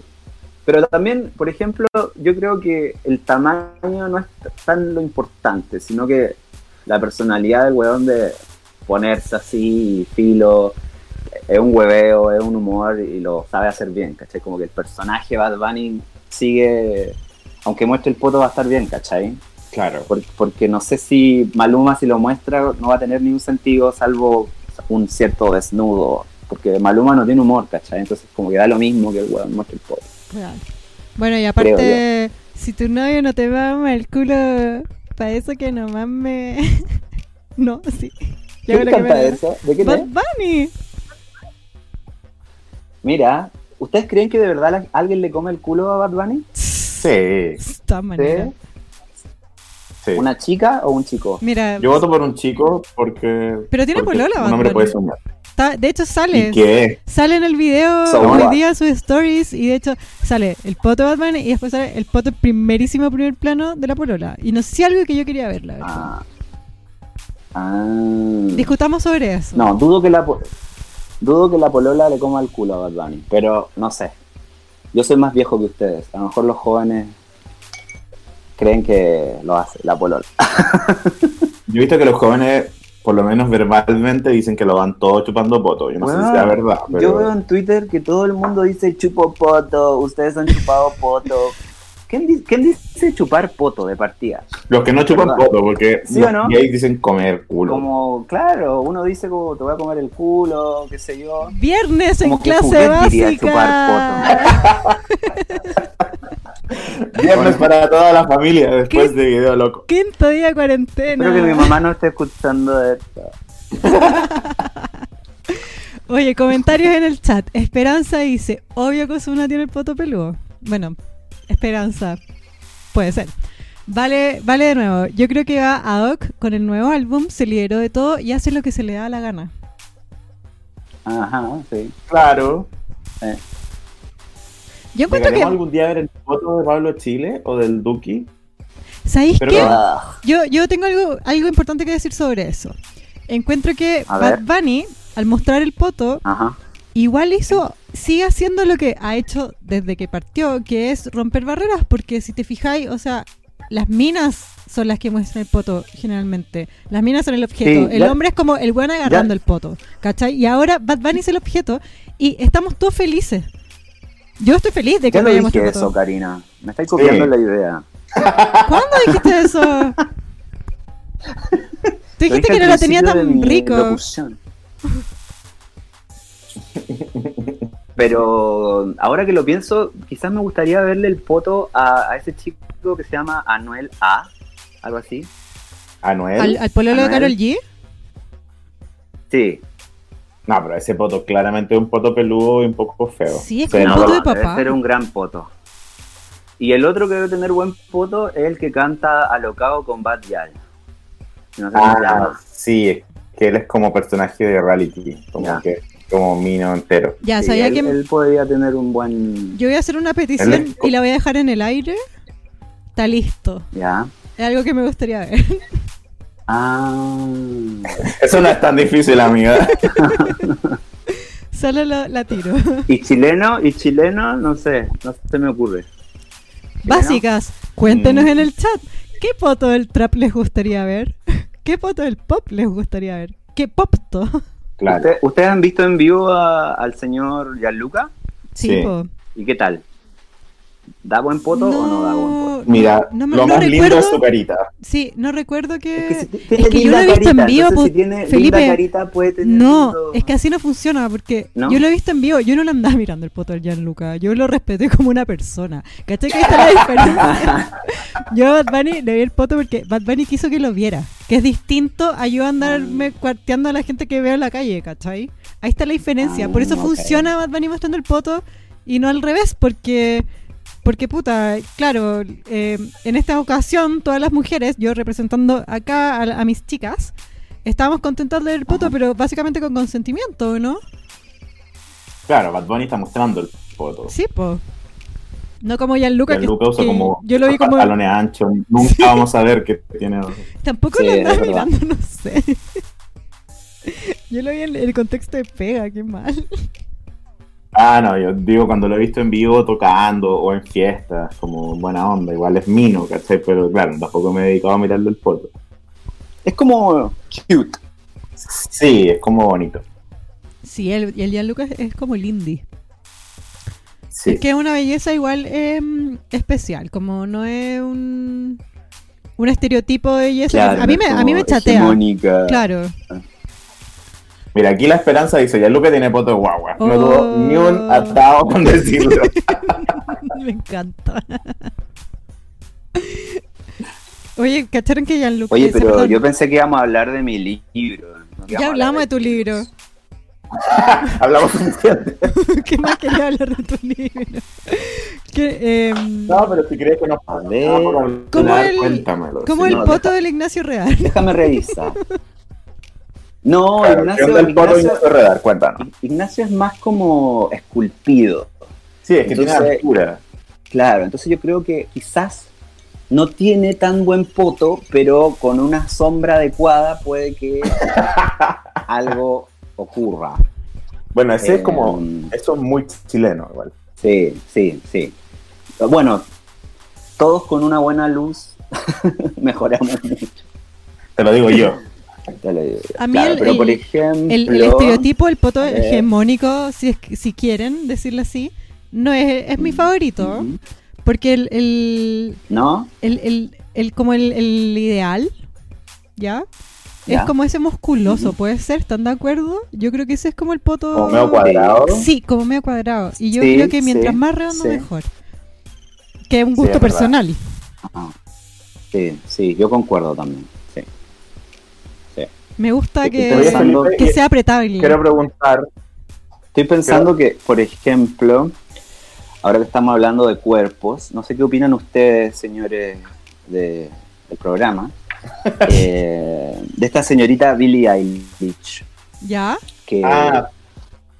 S2: Pero también, por ejemplo, yo creo que el tamaño no es t- tan lo importante, sino que la personalidad del weón de ponerse así, filo, es un hueveo, es un humor y lo sabe hacer bien, ¿cachai? Como que el personaje Bad Bunny sigue, aunque muestre el poto va a estar bien, ¿cachai?
S3: Claro.
S2: Por- porque no sé si Maluma si lo muestra no va a tener ningún sentido salvo un cierto desnudo, porque Maluma no tiene humor, ¿cachai? Entonces como que da lo mismo que el weón muestre el poto.
S1: Real. Bueno, y
S2: Creo
S1: aparte, si tu novio no te mama el culo, para eso que no mames. <laughs> no, sí. Ya creo
S2: ¿Quién
S1: que me
S2: canta
S1: da.
S2: eso? ¿De quién
S1: Bad
S2: es?
S1: Bunny.
S2: Mira, ¿ustedes creen que de verdad la- alguien le come el culo a Bad Bunny?
S3: Sí,
S1: De todas maneras.
S3: sí.
S2: ¿Una chica o un chico?
S1: Mira,
S3: Yo voto por un chico porque.
S1: Pero tiene
S3: porque
S1: polola,
S3: Un hombre
S1: Bad Bunny.
S3: puede soñar.
S1: está- de hecho sale.
S3: ¿Y qué?
S1: Sale en el video
S2: Saúl.
S1: hoy día sus stories y de hecho sale el poto de Batman y después sale el poto primerísimo primer plano de la polola. Y no sé si algo que yo quería ver, la verdad.
S2: Ah. Ah.
S1: Discutamos sobre eso.
S2: No, dudo que la po- dudo que la polola le coma el culo a Bad Bunny, pero no sé. Yo soy más viejo que ustedes. A lo mejor los jóvenes creen que lo hace la polola.
S3: Yo he visto que los jóvenes, por lo menos verbalmente, dicen que lo van todos chupando poto. Yo no sé
S2: Bueno,
S3: si sea verdad, pero.
S2: Yo veo en Twitter que todo el mundo dice chupo poto, ustedes han chupado poto. ¿Quién, di- quién dice chupar poto de partida?
S3: Los que no chupan
S2: ¿Verdad?
S3: poto, porque
S2: ¿Sí
S3: los
S2: o no?
S3: gays dicen comer culo.
S2: Como, claro, uno dice como te voy a comer el culo, qué sé yo.
S1: Viernes en
S2: Como que
S1: clase
S2: Juguet diría
S1: básica.
S2: Bueno.
S3: Viernes para toda la familia después
S1: ¿Qué?
S3: de video loco.
S1: <laughs> Quinto día de cuarentena.
S2: Espero que mi mamá no esté escuchando esto.
S1: Oye, comentarios en el chat. Esperanza dice, obvio que Osuna tiene el poto peludo. Bueno, Esperanza, puede ser. Vale, vale de nuevo. Yo creo que va a Doc con el nuevo álbum, se liberó de todo y hace lo que se le da la gana.
S2: Ajá, sí.
S3: Claro.
S1: Yo encuentro
S3: ¿Llegaremos
S1: que,
S3: algún día a ver el poto de Pablo Chile o del Duki?
S1: ¿sabéis
S3: Pero-
S1: qué?
S2: Ah,
S1: Yo, yo tengo algo, algo importante que decir sobre eso. Encuentro que
S2: A
S1: Bad
S2: ver.
S1: Bunny, al mostrar el poto,
S2: Ajá.
S1: igual hizo, sigue haciendo lo que ha hecho desde que partió, que es romper barreras, porque si te fijáis, o sea, las minas son las que muestran el poto generalmente. Las minas son el objeto.
S2: Sí,
S1: el
S2: ya-
S1: hombre es como el buen agarrando
S2: ya-
S1: el poto, ¿cachai? Y ahora Bad Bunny es el objeto y estamos todos felices. Yo estoy feliz de que
S2: Ya
S1: me
S2: lo
S1: haya
S2: dije
S1: mostrado
S2: eso,
S1: todo.
S2: Karina. Me estáis copiando
S3: Sí.
S2: la idea.
S1: ¿Cuándo dijiste
S2: <laughs>
S1: eso? Tú
S2: Lo
S1: dijiste
S2: dije
S1: que
S2: al
S1: no lo tenía
S2: principio de
S1: tan
S2: mi
S1: rico.
S2: locución. Pero ahora que lo pienso, quizás me gustaría verle el poto a, a ese chico que se llama Anuel A, algo así.
S3: ¿Anuel?
S1: ¿Al, al pololo de
S2: Anuel.
S1: Carol G?
S2: Sí,
S3: No, pero ese poto claramente es un poto peludo y un poco feo.
S1: Sí, es
S3: Se
S1: como un
S3: nota
S1: poto de
S3: la-
S1: papá.
S2: Era un gran poto. Y el otro que debe tener buen poto es el que canta Alocado con Bad Yal. No sé cómo se
S3: Ah,
S2: llama.
S3: sí, es que él es como personaje de reality, como
S2: Ya.
S3: que como mino entero.
S1: Ya,
S2: Sí,
S1: sabía
S2: él,
S1: que...
S2: él podría tener un buen...
S1: Yo voy a hacer una
S3: El
S1: petición
S3: esco-
S1: y la voy a dejar en el aire. Está listo.
S2: Ya.
S1: Es algo que me gustaría ver. <laughs>
S2: Ah...
S3: <laughs> Eso no es tan difícil, amiga.
S1: Solo la, la tiro.
S2: Y chileno, y chileno, no sé, no se me ocurre.
S1: Básicas, cuéntenos
S3: Mm.
S1: en el chat. ¿Qué poto del trap les gustaría ver? <laughs> ¿Qué poto del pop les gustaría ver? ¿Qué popto? <laughs>
S3: Claro.
S2: ¿Usted- ¿Ustedes han visto en vivo a- al señor Gianluca?
S1: Sí,
S3: Sí.
S1: po.
S2: ¿Y qué tal? ¿Da buen poto o no da buen poto?
S3: Mira,
S1: no me-
S3: lo
S1: no
S3: más lindo
S1: recuerdo-
S3: es su carita.
S1: Sí, no recuerdo que...
S2: si t- tiene
S1: es que yo lo
S2: linda
S1: he visto en
S2: carita,
S1: vivo,
S2: entonces
S1: pues,
S2: si tiene
S1: Felipe.
S2: linda carita puede tener lindo-
S1: No, es que así no funciona, porque
S2: ¿No?
S1: yo lo he visto en vivo, yo no lo andaba mirando el poto del Gianluca, yo lo respeté como una persona. ¿Cachai que ahí está la diferencia? yo a Bad Bunny le vi el poto porque Bad Bunny quiso que lo viera, que es distinto a yo andarme cuarteando a la gente que veo en la calle, ¿cachai? Ahí está la diferencia, por eso
S2: Ah, ok.
S1: funciona Bad Bunny mostrando el poto y no al revés, porque... Porque puta, claro, eh, en esta ocasión todas las mujeres, yo representando acá a, la- a mis chicas, estábamos contentas de ver el poto, pero básicamente con consentimiento, ¿no?
S3: Claro, Bad Bunny está mostrando el
S2: Oh.
S3: poto.
S1: Sí, po. No como Gianluca, que,
S3: Gianluca usa
S1: que
S3: como
S1: yo lo vi como...
S3: pantalones anchos. Nunca vamos a ver que tiene.
S1: Tampoco
S2: Sí,
S1: lo andaba
S2: es verdad.
S1: mirando, no sé. <laughs> Yo lo vi en el contexto de pega, qué mal.
S3: Ah, no, yo digo cuando lo he visto en vivo tocando o en fiestas, como buena onda, igual es mino, ¿cachai? Pero claro, tampoco me he dedicado a mirarle el poto.
S2: Es como cute.
S3: Sí, es como bonito.
S1: Sí, el, el Gianluca es, es como el indie.
S3: Sí.
S1: Es que es una belleza igual em, especial, como no es un, un estereotipo de belleza. que- a, mí me, a mí me chatea.
S2: Mónica.
S1: Claro. <laughs>
S3: Mira, aquí la esperanza dice, ya Luca tiene poto de guagua.
S1: Oh.
S3: No tuvo ni un
S1: <laughs>
S3: atado con decirlo.
S1: Me encanta. <laughs> Oye, ¿cacharon que Gianluca? <laughs>
S2: Oye,
S1: eh,
S2: pero
S1: perdón,
S2: yo pensé que íbamos a hablar de mi libro.
S1: Ya hablamos de tu libro.
S3: Hablamos suficiente.
S1: ¿Qué más quería hablar de tu
S2: <laughs>
S1: libro? Que, em,
S3: No, pero si crees que nos
S2: A ver.
S1: ¿Cómo
S3: Claro,
S1: el-
S3: cuéntamelo,
S1: como
S3: si
S1: el
S3: no,
S1: poto del Ignacio Real.
S2: Déjame revisar. No,
S3: Claro, ¿qué
S2: Ignacio,
S3: onda el poto
S2: Ignacio-
S3: Ignacio Redar? Cuéntanos.
S2: Ignacio es más como esculpido.
S3: Sí, es que tiene
S2: Entonces-
S3: altura.
S2: Claro, entonces yo creo que quizás no tiene tan buen poto, pero con una sombra adecuada puede
S3: <laughs>
S2: que algo ocurra.
S3: Bueno, ese es
S2: Eh,
S3: como. Eso es muy chileno, igual.
S2: Sí, sí, sí. Bueno, todos con una buena luz <laughs> mejoramos mucho.
S3: Te lo digo yo.
S2: Te lo digo.
S1: A mí
S2: Claro,
S1: el-
S2: pero por
S1: el-
S2: ejemplo,
S1: El, el estereotipo, el poto
S2: A ver.
S1: hegemónico, si, es, que- si quieren decirlo así, no es, es mi
S2: Mm.
S1: favorito.
S2: Ujú.
S1: Porque el, el,
S2: ¿No?
S1: el- el- el- como el, el ideal, ¿ya?
S2: Ya.
S1: Es como ese musculoso,
S2: Ujú.
S1: ¿puede ser? ¿Están de acuerdo? Yo creo que ese es como el poto...
S3: Como medio cuadrado.
S1: Sí, como medio cuadrado. Y yo
S2: Sí,
S1: creo que mientras
S2: sí,
S1: más redondo,
S2: sí.
S1: mejor. Que es un
S3: Sí,
S1: gusto
S3: es verdad.
S1: personal.
S2: Ajá. Ah. Sí, sí, yo concuerdo también. Sí.
S1: Me gusta
S2: Sí,
S1: que,
S2: oye,
S3: Felipe,
S1: que sea apretable.
S3: Quiero preguntar.
S2: Estoy pensando que, por ejemplo, ahora que estamos hablando de cuerpos, no sé qué opinan ustedes, señores de- del programa, eh, de esta señorita Billie Eilish,
S1: ¿Ya?
S2: que
S3: Ah.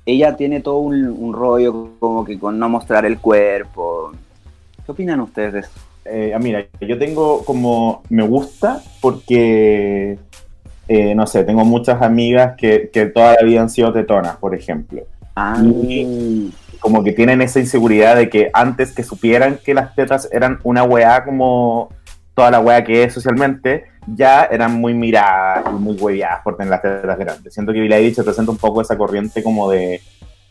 S2: ella tiene todo un, un rollo como que con no mostrar el cuerpo. ¿Qué opinan ustedes de eso?
S3: eh, mira, yo tengo como me gusta porque, eh, no sé, tengo muchas amigas que, que toda la vida han sido tetonas, por ejemplo.
S2: Ah,
S3: Como que tienen esa inseguridad de que antes que supieran que las tetas eran una weá como toda la weá que es socialmente, ya eran muy miradas y muy hueviadas por tener las tetas grandes. Siento que Billie Eilish representa un poco esa corriente como de,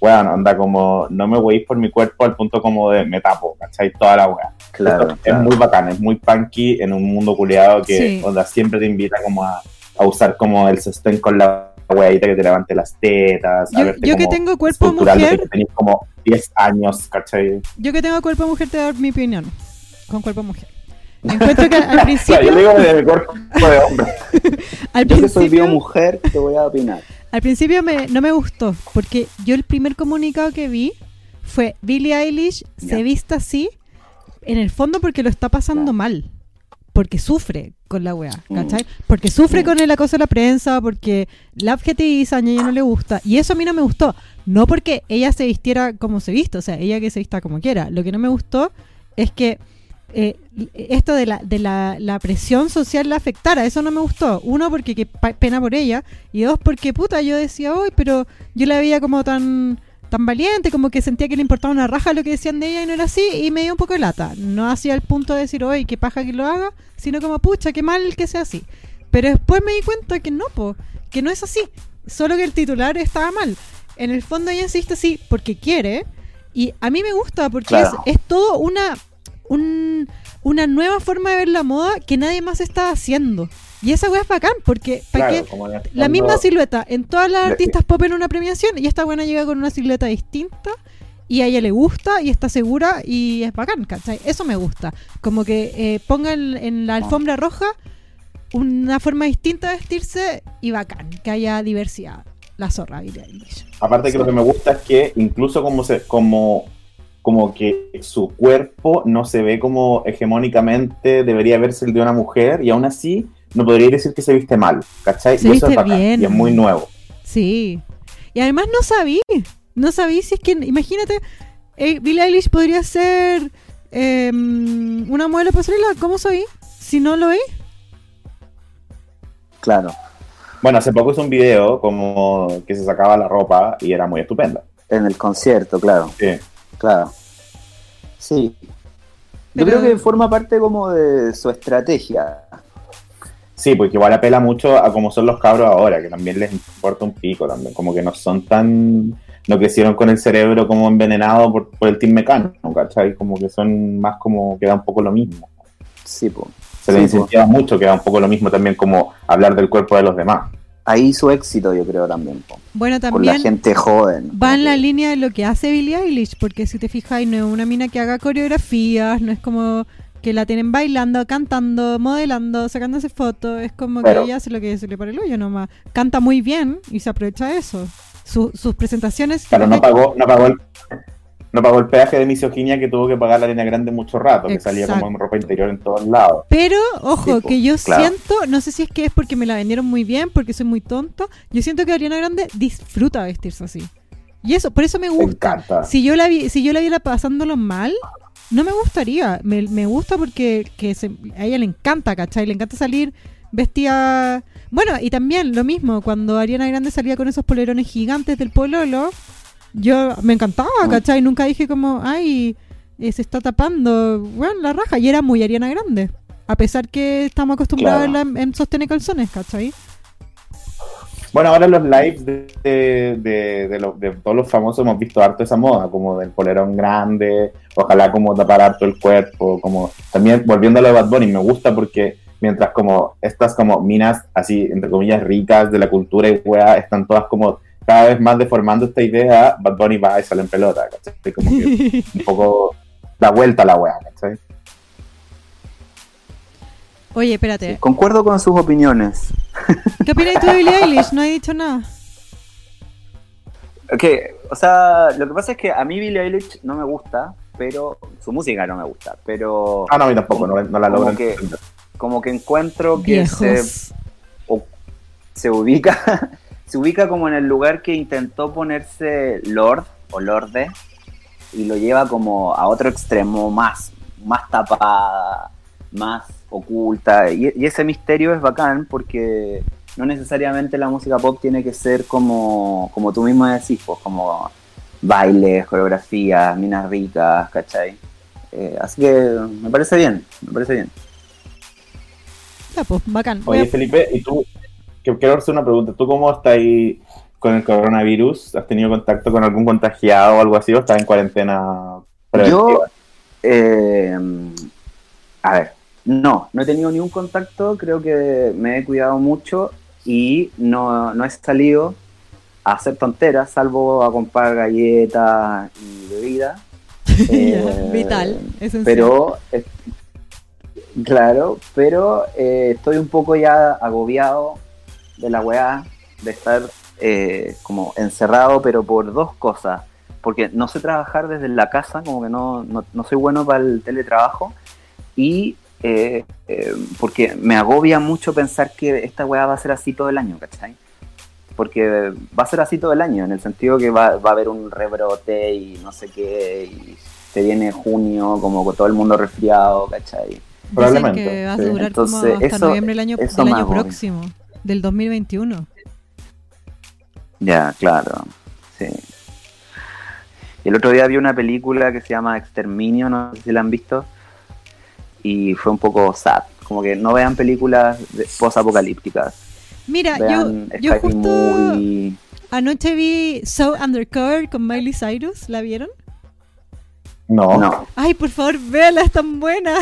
S3: weón, onda como, no me weís por mi cuerpo al punto como de me tapo, ¿cachai? Toda la weá.
S2: claro.
S3: Es
S2: claro.
S3: muy bacán, es muy punky en un mundo culeado que
S1: Sí.
S3: onda, siempre te invita como a, a usar como el sostén con la weadita que te levante las tetas. a
S1: Yo-
S3: verte
S1: yo que
S3: como
S1: tengo cuerpo de
S3: estructural desde
S1: mujer.
S3: que tenés como 10 años, ¿cachai?
S1: Yo que tengo cuerpo de mujer te doy mi opinión. Con cuerpo de mujer. Encuentro
S3: <laughs>
S1: que al
S3: O sea, yo
S1: principio,
S3: digo desde mi cuerpo de hombre.
S1: al
S2: Yo que soy
S1: principio,
S2: biomujer, te voy a opinar.
S1: al principio me- no me gustó, porque yo el primer comunicado que vi fue Billie Eilish
S2: Ya.
S1: se vista así, en el fondo porque lo está pasando
S2: Claro.
S1: mal, porque sufre con la weá,
S2: Mm.
S1: ¿cachai? Porque sufre
S2: Mm.
S1: con el acoso de la prensa, porque la objetivizaña y ella no le gusta, y eso a mí no me gustó, no porque ella se vistiera como se viste, o sea, ella que se vista como quiera, lo que no me gustó es que eh, esto de, la, de la, la presión social la afectara, eso no me gustó. Uno, porque qué pa- pena por ella, y dos, porque puta, yo decía, uy, pero yo la veía como tan tan valiente, como que sentía que le importaba una raja lo que decían de ella y no era así, y me dio un poco de lata. No hacía el punto de decir, oye, qué paja que lo haga, sino como, pucha, qué mal que sea así. Pero después me di cuenta que no, po, que no es así, solo que el titular estaba mal. En el fondo ella insiste así porque quiere, y a mí me gusta porque
S2: Claro.
S1: es, es todo una, un- una nueva forma de ver la moda que nadie más está haciendo. Y esa weá es bacán, porque <laughs> ¿para qué?
S3: Claro, como en el
S1: La
S3: fondo-
S1: misma silueta en todas las
S3: Le-
S1: artistas pop en una premiación y esta buena llega con una silueta distinta y a ella le gusta y está segura y es bacán, ¿cachai? Eso me gusta. Como que eh, ponga en, en
S2: Ah.
S1: la alfombra roja una forma distinta de vestirse y bacán, que haya diversidad. La zorra, Billie Eilish.
S3: Aparte que lo que me gusta es que incluso como se, como, como que su cuerpo no se ve como hegemónicamente debería verse el de una mujer y aún así no podría decir que se viste mal, ¿cachai?
S1: Se
S3: y eso
S1: viste
S3: es bacán,
S1: bien.
S3: y es muy nuevo.
S1: Sí. Y además no sabí. No sabí si es que. Imagínate, eh, Billie Eilish podría ser eh, una modelo de pasarela. ¿Cómo soy? Si no lo es.
S2: Claro.
S3: Bueno, hace poco hizo un video como que se sacaba la ropa y era muy estupenda. Eh,
S2: En el concierto, claro.
S3: Sí.
S2: Claro. Sí. Yo
S1: Pero-
S2: creo que forma parte como de su estrategia.
S3: Sí, porque igual apela mucho a cómo son los cabros ahora, que también les importa un pico también, como que no son tan... No crecieron con el cerebro como envenenado por, por el team mecánico, ¿cachai? Como que son más como que da un poco lo mismo.
S2: Sí, po.
S3: Se les
S2: Sí, po.
S3: incentiva mucho que da un poco lo mismo también como hablar del cuerpo de los demás.
S2: Ahí su éxito, yo creo también. po.
S1: Bueno, también.
S2: Con la gente joven.
S1: Va en la
S2: Como que-
S1: línea de lo que hace Billie Eilish, porque si te fijas, no es una mina que haga coreografías, no es como que la tienen bailando, cantando, modelando, sacándose fotos, es como
S3: Claro.
S1: que ella hace lo que se le para el hoyo nomás. Canta muy bien y se aprovecha de eso. Su- sus presentaciones.
S3: Claro, no pagó, no pagó el. No pagó el peaje de misoginia que tuvo que pagar la arena grande mucho rato, que salía como en ropa interior en todos lados.
S1: Pero, ojo,
S3: Sí, po,
S1: que yo
S3: claro.
S1: siento, no sé si es que es porque me la vendieron muy bien, porque soy muy tonto. Yo siento que Ariana Grande disfruta vestirse así. Y eso, por eso me
S3: Me
S1: gusta.
S3: encanta.
S1: Si yo la vi, si yo la viera pasándolo mal, no me gustaría. Me, me gusta porque que se- a ella le encanta, ¿cachai? Le encanta salir vestida. Bueno, y también lo mismo, cuando Ariana Grande salía con esos polerones gigantes del pololo, yo me encantaba, ¿cachai? Nunca dije como, ay, eh, se está tapando, bueno, la raja. Y era muy Ariana Grande. A pesar que estamos acostumbrados
S3: Claro.
S1: a verla en, en sostener calzones, ¿cachai?
S3: Bueno, ahora los lives de, de, de, de los- de todos los famosos hemos visto harto esa moda, como del polerón grande, ojalá como tapar harto el cuerpo, como también volviendo a lo de Bad Bunny, me gusta porque mientras como estas como minas así, entre comillas, ricas de la cultura y weá, están todas como cada vez más deformando esta idea, Bad Bunny va y sale en pelota, ¿cachai? Como que
S1: <laughs>
S3: un
S2: <laughs>
S3: poco da vuelta a la weá, ¿cachai?
S1: Oye, espérate.
S2: Concuerdo con sus opiniones.
S1: ¿Qué opinas tú de Billie Eilish? No he dicho nada.
S2: Ok, o sea, lo que pasa es que a mí Billie Eilish no me gusta, pero su música no me gusta, pero
S3: Ah, no, a mí tampoco, no, no la
S2: Como
S3: logro.
S2: que-
S3: entender.
S2: como que encuentro que se,
S1: Viejos.
S2: se ubica <laughs> se ubica como en el lugar que intentó ponerse Lord o Lorde y lo lleva como a otro extremo más, más tapada, más oculta. Y, y ese misterio es bacán porque no necesariamente la música pop tiene que ser como, como tú mismo decís, pues, como bailes, coreografías, minas ricas, ¿cachai? Eh, así que me parece bien, me parece bien.
S1: Ya, pues, bacán. Voy
S3: Oye,
S1: a-
S3: Felipe, y tú, que quiero hacer una pregunta. ¿Tú cómo estás ahí con el coronavirus? ¿Has tenido contacto con algún contagiado o algo así? ¿O estás en cuarentena preventiva?
S2: Yo, eh, a ver, no, no he tenido ningún contacto, creo que me he cuidado mucho y no, no he salido a hacer tonteras, salvo a comprar galletas y bebida.
S1: <laughs> Ya,
S2: Eh,
S1: Vital, esencial.
S2: Pero, eh, claro, pero eh, estoy un poco ya agobiado de la weá, de estar eh, como encerrado, pero por dos cosas. Porque no sé trabajar desde la casa, como que no, no, no soy bueno para el teletrabajo. Y eh, eh, porque me agobia mucho pensar que esta weá va a ser así todo el año, ¿cachai? Porque va a ser así todo el año, en el sentido que va, va a haber un rebrote y no sé qué, y se viene junio, como con todo el mundo resfriado, ¿cachai?
S1: Dicen
S3: probablemente,
S1: que va a
S3: sí.
S1: durar
S2: Entonces,
S1: como hasta
S2: eso-
S1: noviembre del año,
S2: eso
S1: del
S2: me
S1: año
S2: agobia.
S1: próximo, del 2021.
S2: Ya, claro. Sí. Y el otro día vi una película que se llama Exterminio, no sé si la han visto, y fue un poco sad. Como que no vean películas de- post-apocalípticas.
S1: Mira,
S2: Vean
S1: yo, yo
S2: Sky
S1: justo
S2: Movie.
S1: anoche vi So Undercover con Miley Cyrus, ¿la vieron?
S3: No.
S2: No.
S1: Ay, por favor, véala, es tan buena.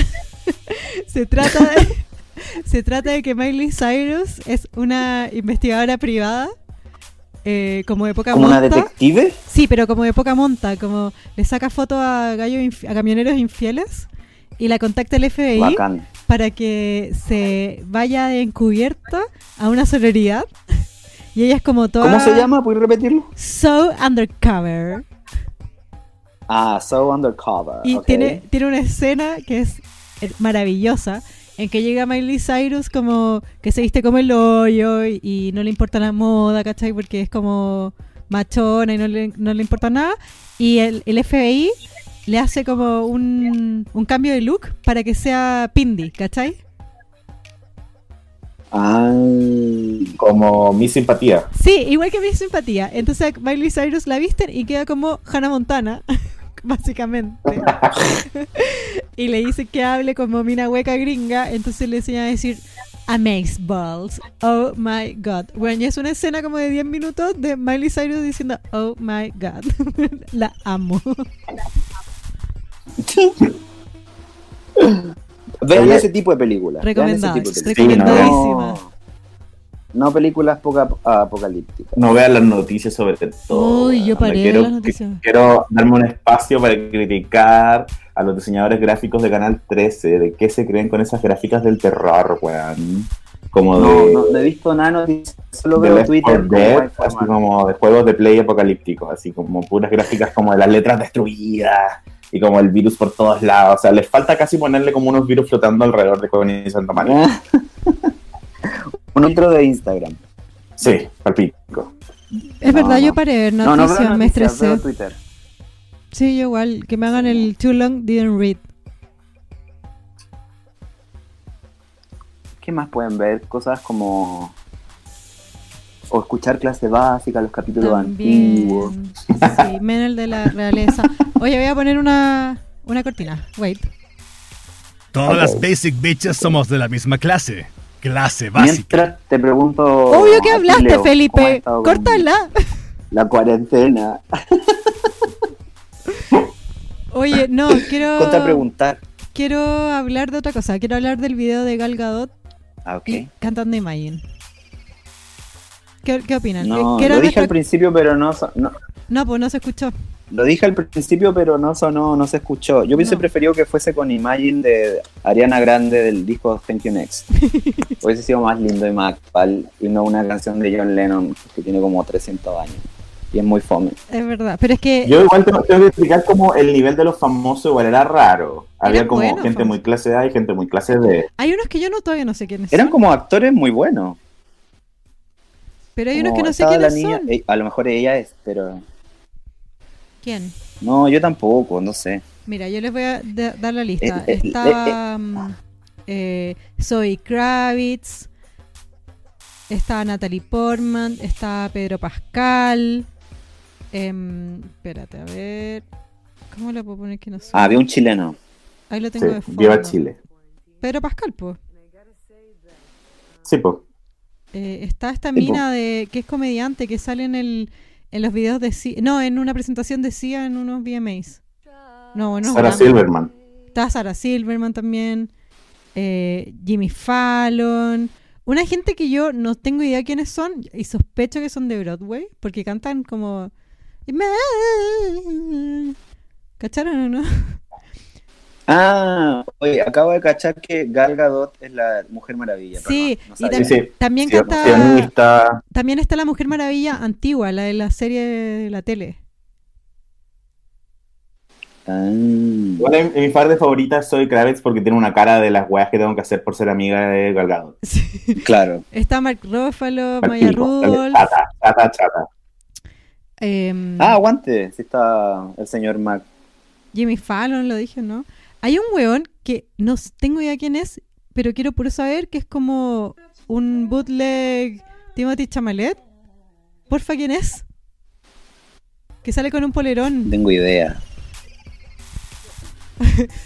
S1: <laughs> se trata de, <laughs> se trata de que Miley Cyrus es una investigadora privada, eh, como de poca
S2: ¿Como una
S1: monta.
S2: detective?
S1: Sí, pero como de poca monta, como le saca fotos a gallos inf- a camioneros infieles y la contacta el FBI.
S2: Bacán.
S1: para que se vaya de encubierto a una sororidad. <laughs> Y ella es como toda.
S2: ¿Cómo se llama? ¿Puedes repetirlo?
S1: So Undercover.
S2: Ah, So Undercover.
S1: Y
S2: ok.
S1: tiene, tiene una escena que es eh, maravillosa. En que llega Miley Cyrus como que se viste como el hoyo y, y no le importa la moda, ¿cachai? Porque es como machona y no le, no le importa nada. Y el, el FBI le hace como un, un cambio de look para que sea Pindi, ¿cachai?
S2: Ah,
S3: Como mi simpatía.
S1: Sí, igual que mi simpatía. Entonces a Miley Cyrus la visten y queda como Hannah Montana, <laughs> básicamente. <laughs> y le dice que hable como mina hueca gringa, entonces le enseña a decir Amaze Balls, oh my god. Bueno, y es una escena como de 10 minutos de Miley Cyrus diciendo oh my god. <laughs> la amo.
S2: vean
S3: Oye.
S2: ese tipo de películas. vean ese
S1: Recomendada,
S2: tipo de películas.
S1: recomendadísima.
S2: No, no películas poca ah, apocalípticas.
S3: No vean las noticias sobre todo.
S1: Uy,
S3: weón.
S1: yo
S3: No
S1: paré de
S3: quiero-
S1: las noticias.
S3: Quiero darme un espacio para criticar a los diseñadores gráficos de Canal 13. ¿De qué se creen con esas gráficas del terror, weón? Como
S2: No,
S3: de...
S2: no, no he visto nada noticias solo
S3: The
S2: veo
S3: Left
S2: Twitter
S3: 4
S2: como
S3: Dead,
S2: para
S3: así
S2: informar.
S3: como de juegos de play apocalípticos, así como puras gráficas como de las letras destruidas y como el virus por todos lados. O sea, les falta casi ponerle como unos virus flotando alrededor de Coven y Santa María.
S2: <laughs> Un intro de Instagram.
S3: Sí, palpico.
S1: Es
S2: No,
S1: verdad,
S2: no.
S1: yo paré
S2: No, no,
S1: noticias,
S2: veo
S1: me
S2: noticias,
S1: estresé.
S2: veo Twitter.
S1: Sí, yo igual, que me hagan el too long didn't read.
S2: ¿Qué más pueden ver? Cosas como... O escuchar clase básica, los capítulos antiguos.
S1: También. Sí, menos el de la realeza. Oye, voy a poner una, una cortina. Wait.
S4: Todas las basic bitches somos de la misma clase. Clase básica.
S2: Mientras te pregunto...
S1: Obvio que
S2: a ti,
S1: hablaste,
S2: Oh, Leo, ¿cómo ha
S1: Felipe.
S2: estado con
S1: Córtala.
S2: La cuarentena.
S1: Oye,
S2: <laughs>
S1: no, quiero,
S2: Contra preguntar.
S1: quiero hablar de otra cosa. Quiero hablar del video de Gal Gadot
S2: Ah, ok.
S1: y cantando Imagine. ¿Qué, qué opinan?
S2: No,
S1: Que era
S2: lo dije
S1: nuestra-
S2: al principio, pero no, so- no-
S1: no, pues no se escuchó.
S2: Lo dije al principio, pero no sonó, no se escuchó. Yo hubiese
S1: No.
S2: preferido que fuese con Imagine de Ariana Grande del disco Thank
S1: <laughs>
S2: You Next. hubiese sido más lindo y más actual y no una canción de John Lennon que tiene como 300 años. Y es muy fome.
S1: Es verdad. Pero es que
S3: Yo igual tengo, tengo que explicar como el nivel de los famosos igual era raro. Había
S1: Eran
S3: como
S1: buenos,
S3: gente
S1: famosos.
S3: muy clase A y gente muy clase D.
S1: hay unos que yo no todavía no sé quiénes
S2: Eran
S1: son.
S2: como actores muy buenos.
S1: Pero hay unos
S2: Como
S1: que no sé
S2: estaba la
S1: quiénes
S2: niña-
S1: son.
S2: eh, a lo mejor ella es, pero...
S1: ¿Quién?
S2: No, yo tampoco, no sé.
S1: Mira, yo les voy a da- dar la lista.
S2: Eh, eh,
S1: Estaba mm, eh, Zoe Kravitz, está Natalie Portman, está Pedro Pascal. em, espérate, a ver. ¿Cómo lo puedo poner que no sé?
S2: Ah, había un chileno.
S1: Ahí lo
S3: Sí,
S1: tengo de fondo.
S3: viva Chile.
S1: Pedro Pascal, pues.
S3: Sí, pues.
S1: Eh, está esta
S3: Sí, po.
S1: mina de que es comediante que sale en el en los videos de CIA, no, en una presentación de CIA en unos VMAs. No, no.
S3: Sarah Silverman.
S1: Está Sarah Silverman también, eh, Jimmy Fallon, una gente que yo no tengo idea quiénes son y sospecho que son de Broadway porque cantan como... ¿Cacharon o no?
S2: Ah, oye, acabo de cachar que Gal Gadot es la Mujer Maravilla.
S1: Sí,
S2: perdón, no
S1: y
S2: sabía.
S3: Sí, sí.
S1: También
S3: Sí,
S1: canta...
S3: sionista.
S1: También está la Mujer Maravilla antigua, la de la serie de la tele.
S2: Ah.
S3: Igual en- en mi par de favoritas soy Kravitz porque tiene una cara de las weas que tengo que hacer por ser amiga de Galgado.
S1: Sí.
S2: Claro.
S1: Está Mark Ruffalo, Maya Rudolph.
S3: Chata, chata, chata.
S1: em,
S2: Ah, aguante. Sí está el señor Mac.
S1: Jimmy Fallon, lo dije, ¿no? Hay un weón que no s- tengo idea quién es, pero quiero puro saber que es como un bootleg Timothy Chamalet. Porfa, ¿quién es? Que sale con un
S2: No
S1: polerón. <laughs>
S2: tengo idea.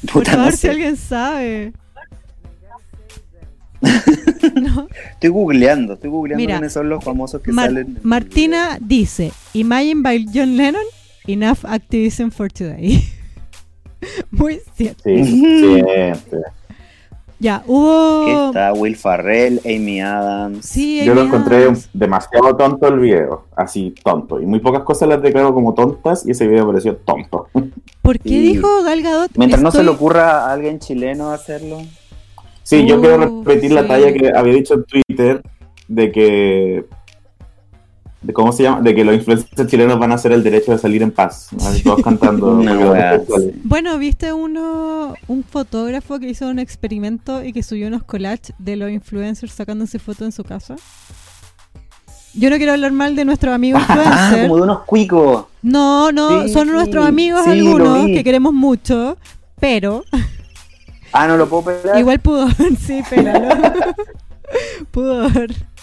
S1: Por
S2: Puta, no
S1: favor, si
S2: sé.
S1: alguien
S2: <laughs>
S1: sabe. No.
S2: Estoy googleando, estoy googleando
S1: Mira,
S2: quiénes son los famosos que
S1: Mar-
S2: salen. en el
S1: Martina dice, Imagine by John Lennon, enough activism for today. <laughs> Muy cierto.
S3: Sí, eh, siempre.
S1: Ya,
S2: video. Aquí
S1: hubo...
S2: Está Will Farrell, Amy Adams.
S1: Sí,
S3: Yo lo
S1: Amy
S3: encontré
S1: Adams.
S3: demasiado tonto el video, así tonto. Y muy pocas cosas las declaro como tontas y ese video pareció tonto. <laughs>
S1: ¿Por qué
S2: Sí.
S1: dijo Gal Gadot?
S2: Mientras no se
S1: Estoy-
S2: le ocurra a alguien chileno hacerlo.
S3: Sí, yo
S1: Uh,
S3: quiero repetir la
S1: sí.
S3: talla que había dicho en Twitter de que. De ¿Cómo se llama? De que los influencers chilenos van a hacer el derecho de salir en paz. ¿no? Y Todos cantando.
S2: Una
S3: porque los
S2: wea,
S3: homosexuales.
S1: Bueno, viste uno, un fotógrafo que hizo un experimento y que subió unos collages de los influencers sacándose fotos en su casa. Yo no quiero hablar mal de nuestros amigos
S2: <laughs> Ah,
S1: influencers.
S2: como de unos cuicos.
S1: No, no,
S2: Sí,
S1: son
S2: sí,
S1: nuestros amigos
S2: sí, lo
S1: algunos
S2: vi.
S1: que queremos mucho, pero
S2: Ah, no lo puedo pegar.
S1: igual pudo, sí, pero <laughs> pudo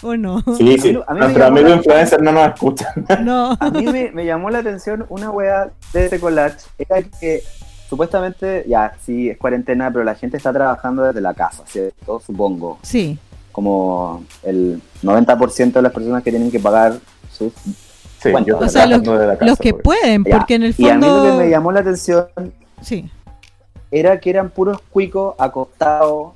S1: o
S2: <laughs>
S1: no,
S2: A
S3: Sí,
S2: mí
S3: sí.
S2: lo- a mí me
S3: Nuestros
S2: llamó
S3: amigos
S2: la-
S3: influencers no nos escuchan. <laughs>
S1: no.
S2: A mí me, me llamó la atención una weá de ese collage. Era que supuestamente, ya, sí, es cuarentena, pero la gente está trabajando desde la casa, ¿cierto? Supongo.
S1: Sí,
S2: Como el 90% de las personas que tienen que pagar sus.
S3: Sí,
S2: Bueno,
S3: yo
S2: o
S1: sea,
S3: trabajando desde la casa, pues.
S1: los que
S3: porque-
S1: pueden,
S2: pues. Ya.
S1: porque en el
S2: Y a mí lo que me
S1: fondo,
S2: llamó la atención
S1: sí,
S2: era que eran puros cuicos acostados,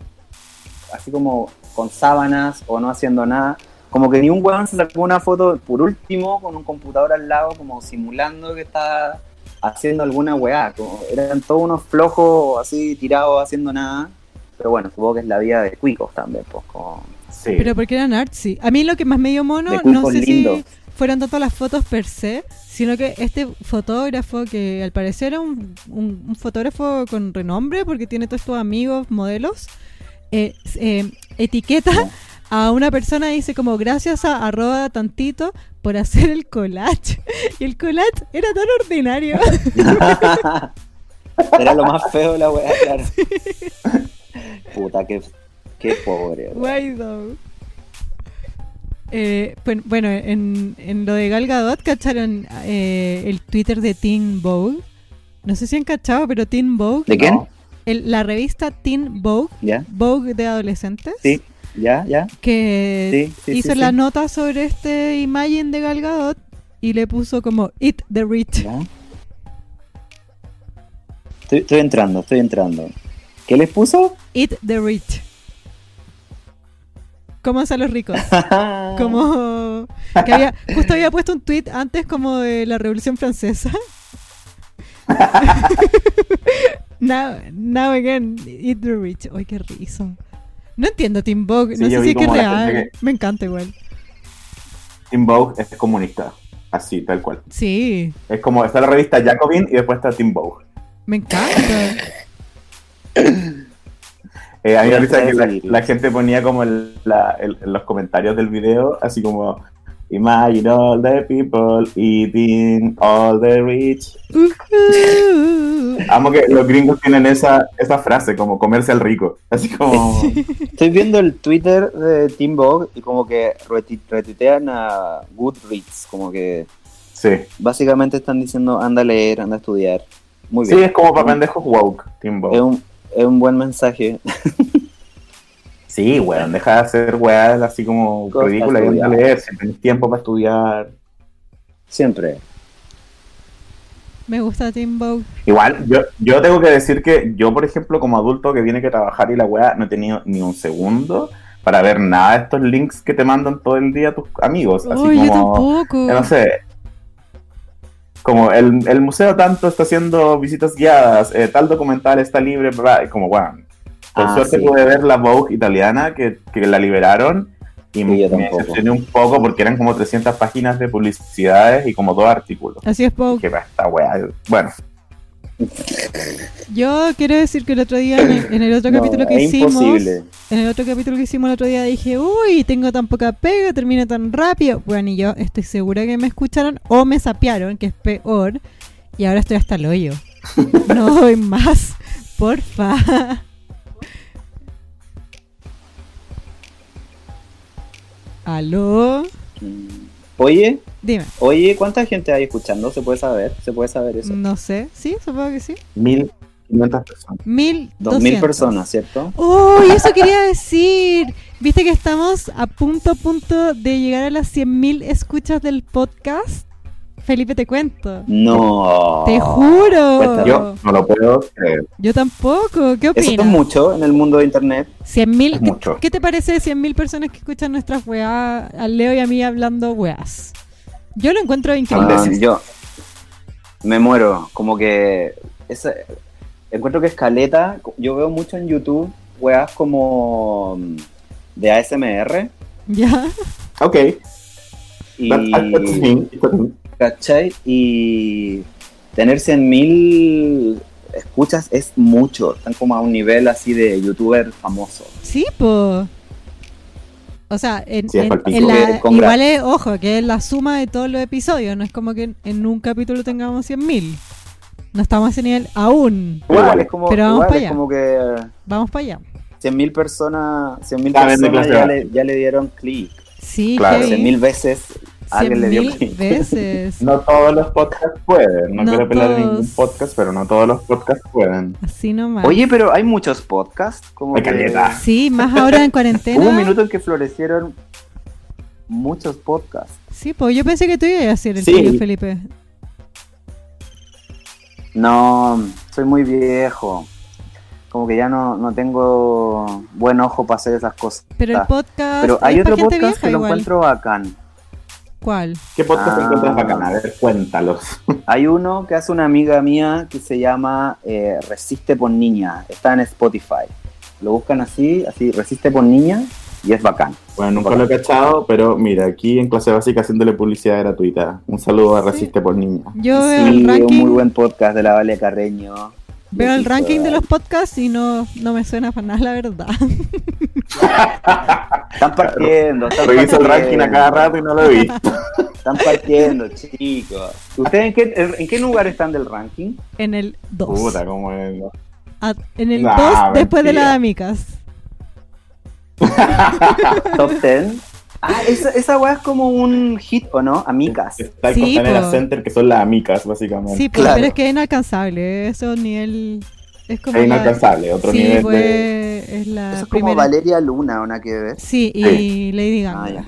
S2: así como con sábanas o no haciendo nada. Como que ni un weón se sacó una foto, por último, con un computador al lado, como simulando que estaba haciendo alguna weá. Como eran todos unos flojos, así tirados, haciendo nada. Pero bueno, supongo que es la vida de cuicos también, pues, como
S3: Sí.
S1: Pero porque eran artsy. A mí lo que más me dio mono,
S2: De
S1: no
S2: cuerpos
S1: sé
S2: lindos.
S1: si fueron tanto las fotos per se, sino que este fotógrafo, que al parecer era un, un- un fotógrafo con renombre, porque tiene todos estos amigos, modelos, eh, eh, etiqueta a una persona y dice como gracias a arroba tantito por hacer el collage. <laughs> Y el collage era tan ordinario.
S2: Era lo más feo de la weá, claro. Puta, qué, qué pobre. weón.
S1: Guaido. Eh, pues, bueno, en, en lo de Gal Gadot cacharon eh, el Twitter de Teen Vogue. No sé si han cachado, pero Teen Vogue,
S2: ¿De quién?
S3: No.
S1: el- la revista Teen Vogue,
S2: ¿Ya?
S1: Vogue de adolescentes,
S2: Sí, ya, ya.
S1: que
S2: Sí, sí,
S1: Eh, hizo
S2: sí,
S1: la
S2: sí.
S1: nota sobre este imagen de Gal Gadot y le puso como Eat the Rich.
S2: ya. Estoy, estoy entrando, estoy entrando. ¿Qué les <laughs> puso?
S1: Eat the Rich. Comas a los
S3: <laughs>
S1: ricos.
S3: Oh.
S1: como que había justo había puesto un tweet antes como de la Revolución
S3: <laughs>
S1: Francesa. now, now again, eat the rich. Ay, qué riso. No entiendo Tim Vogue,
S3: Sí,
S1: no
S3: yo
S1: sé si
S3: vi
S1: es que es
S3: como la gente
S1: real.
S3: que-
S1: Me encanta igual.
S3: Tim Vogue es comunista. Así, tal cual.
S1: Sí,
S3: Es como, está la revista Jacobin y después está Tim Vogue.
S1: me encanta. <laughs>
S3: Eh, a mí me
S2: Voy a
S3: risa que la,
S2: seguir.
S3: la gente ponía como el- la- el- en los comentarios del video, así como Imagine all the people eating all the rich.
S1: Ujú.
S3: Amo que los gringos tienen esa, esa frase, como comerse al rico.
S2: <laughs>
S3: Así como.
S2: Estoy viendo el Twitter de Team Vogue y como que reti- retuitean a Goodreads, como que
S3: Sí.
S2: básicamente están diciendo anda a leer, anda a estudiar. Muy
S3: Sí,
S2: bien.
S3: es como para pendejos woke, Tim
S2: Es
S3: Vogue.
S2: un, es un buen mensaje. <laughs>
S3: Sí, weón, deja de hacer weas así como
S2: Cosas
S3: ridícula y anda a
S2: estudiadas.
S3: leer, si tenés tiempo para estudiar.
S2: Siempre.
S1: me gusta Tim Vogue.
S3: Igual, yo, yo tengo que decir que yo, por ejemplo, como adulto que viene que trabajar y la weá, no he tenido ni un segundo para ver nada de estos links que te mandan todo el día tus amigos. Así
S1: Ay, yo
S3: como,
S1: tampoco.
S3: yo no sé. Como el, el museo tanto está haciendo visitas guiadas, eh, tal documental está libre, bla, bla, y como weón. Por
S2: Ah,
S3: suerte
S2: sí.
S3: pude ver la Vogue italiana que, que la liberaron y me
S2: yo tampoco.
S3: decepcioné un poco porque eran como 300 páginas de publicidades y como dos artículos.
S1: Así es
S2: <laughs>
S1: Vogue.
S3: Que para esta weá, bueno.
S1: Yo quiero decir que el otro día, en el, en el otro
S2: No,
S1: capítulo que
S2: es
S1: hicimos,
S2: imposible.
S1: En el otro capítulo que hicimos el otro día dije, uy, tengo tan poca pega, termino tan rápido. Bueno, y yo estoy segura que me escucharon o me sapearon, que es peor. Y ahora estoy hasta el
S2: <laughs>
S1: hoyo. No doy más, porfa. ¿Aló?
S2: Mm, Oye,
S1: Dime,
S2: oye, ¿cuánta gente hay escuchando? ¿Se puede saber? ¿Se puede saber eso?
S1: no sé. ¿Sí? Supongo que sí.
S3: 1500 personas.
S1: Mil
S2: Dos mil personas, ¿cierto?
S1: ¡Uy! eso quería decir. Viste que estamos a punto, a punto de llegar a las 100.000 escuchas del podcast. Felipe, te cuento.
S2: No.
S1: Te juro.
S2: Oh, Cuéntalo.
S3: Yo no lo puedo creer.
S1: Yo tampoco. ¿Qué
S2: Eso es
S1: opinas?
S2: mucho en el mundo de internet.
S1: 100.000.
S3: Es
S1: ¿qué-
S3: mucho.
S1: ¿Qué te parece de 100.000 personas que escuchan nuestras weas? A Leo y a mí hablando weas. Yo lo encuentro increíble.
S2: Ah, yo me muero. Como que esa- encuentro que escaleta. Yo veo mucho en YouTube weas como mm, de ASMR.
S1: ¿Ya?
S3: Ok. that- that- that's
S2: Y,
S3: me.
S2: ¿cachai? y tener 100.000 escuchas es mucho. Están como a un nivel así de youtuber famoso.
S1: Sí, po. O sea, en,
S3: Sí, es
S1: en-
S3: palpico.
S1: en la-
S2: Eh, con
S1: igual es, ojo, que es la suma de todos los episodios. No es como que en, en un capítulo tengamos 100.000. No estamos a ese nivel aún.
S3: Pero
S2: Igual,
S3: vale.
S2: es como,
S1: Pero vamos
S2: igual
S1: para
S2: es
S1: allá.
S2: como que
S1: Vamos para allá.
S2: 100.000 personas, 100.000
S3: Ya vende
S2: personas
S3: clase
S2: ya
S3: A.
S2: le, ya le dieron clic.
S1: Sí,
S3: Claro.
S1: heavy.
S2: 100.000 veces alguien le dio
S1: 100.000
S2: clic.
S1: veces.
S3: No todos los podcasts pueden. No,
S1: No
S3: quiero pelar en ningún
S1: todos.
S3: podcast, pero no todos los podcasts pueden.
S1: Así nomás.
S2: Oye, pero hay muchos podcasts. Como
S3: Hay
S2: que
S3: caleta.
S1: Sí, más ahora en cuarentena.
S2: hubo un minuto en que florecieron muchos podcasts.
S1: Sí, pues yo pensé que tú ibas a hacer el
S3: Sí.
S1: tuyo, Felipe.
S2: No, soy muy viejo. Como que ya no, no tengo buen ojo para hacer esas cosas.
S1: Pero el podcast.
S2: Ah, Pero hay
S1: es
S2: otro
S1: para gente
S2: podcast
S1: vieja
S2: que lo
S1: igual.
S2: encuentro bacán.
S1: ¿Cuál?
S3: ¿Qué podcast
S2: Ah.
S3: encuentras bacán? A ver, cuéntalos.
S2: Hay uno que hace una amiga mía que se llama eh, Resiste por Niña. Está en Spotify. Lo buscan así, así, Resiste por Niña. Y es bacán.
S3: Bueno, nunca
S2: Bacán.
S3: lo he cachado, pero mira, aquí en clase básica haciéndole publicidad gratuita. Un saludo a
S1: Sí.
S3: Resiste por Niña.
S1: Yo
S2: Sí,
S1: veo el
S2: un
S1: ranking,
S2: muy buen podcast de la Vale Carreño.
S1: veo el
S2: Sí,
S1: ranking de
S2: verdad.
S1: los podcasts y no, no me suena para nada, la verdad.
S2: Están partiendo, están
S3: Reviso el ranking
S2: partiendo.
S3: a cada rato y no lo he
S1: <laughs>
S3: visto.
S2: Están partiendo, chicos. ¿Ustedes en qué, en qué lugar están del ranking?
S1: En el 2.
S3: Puta, como es.
S1: En el 2
S3: Nah,
S1: después de la
S3: mentira.
S1: Amicas.
S2: ¿Top 10? Ah, esa, esa weá es como un hit, ¿o no? Amicas.
S3: Está el
S1: Sí,
S3: Costanera
S1: po.
S3: Center, que son las amicas, básicamente.
S1: Sí, pues,
S2: Claro.
S1: pero es que es inalcanzable. ¿eh? Eso nivel. Es como.
S3: es
S1: la-
S3: inalcanzable, otro
S1: sí,
S3: nivel
S1: pues,
S3: de.
S1: es la
S2: Eso es como
S1: primera.
S2: Valeria Luna, una que ves.
S1: Sí, y
S3: Sí.
S1: Lady Gaga.
S2: Ah, ya.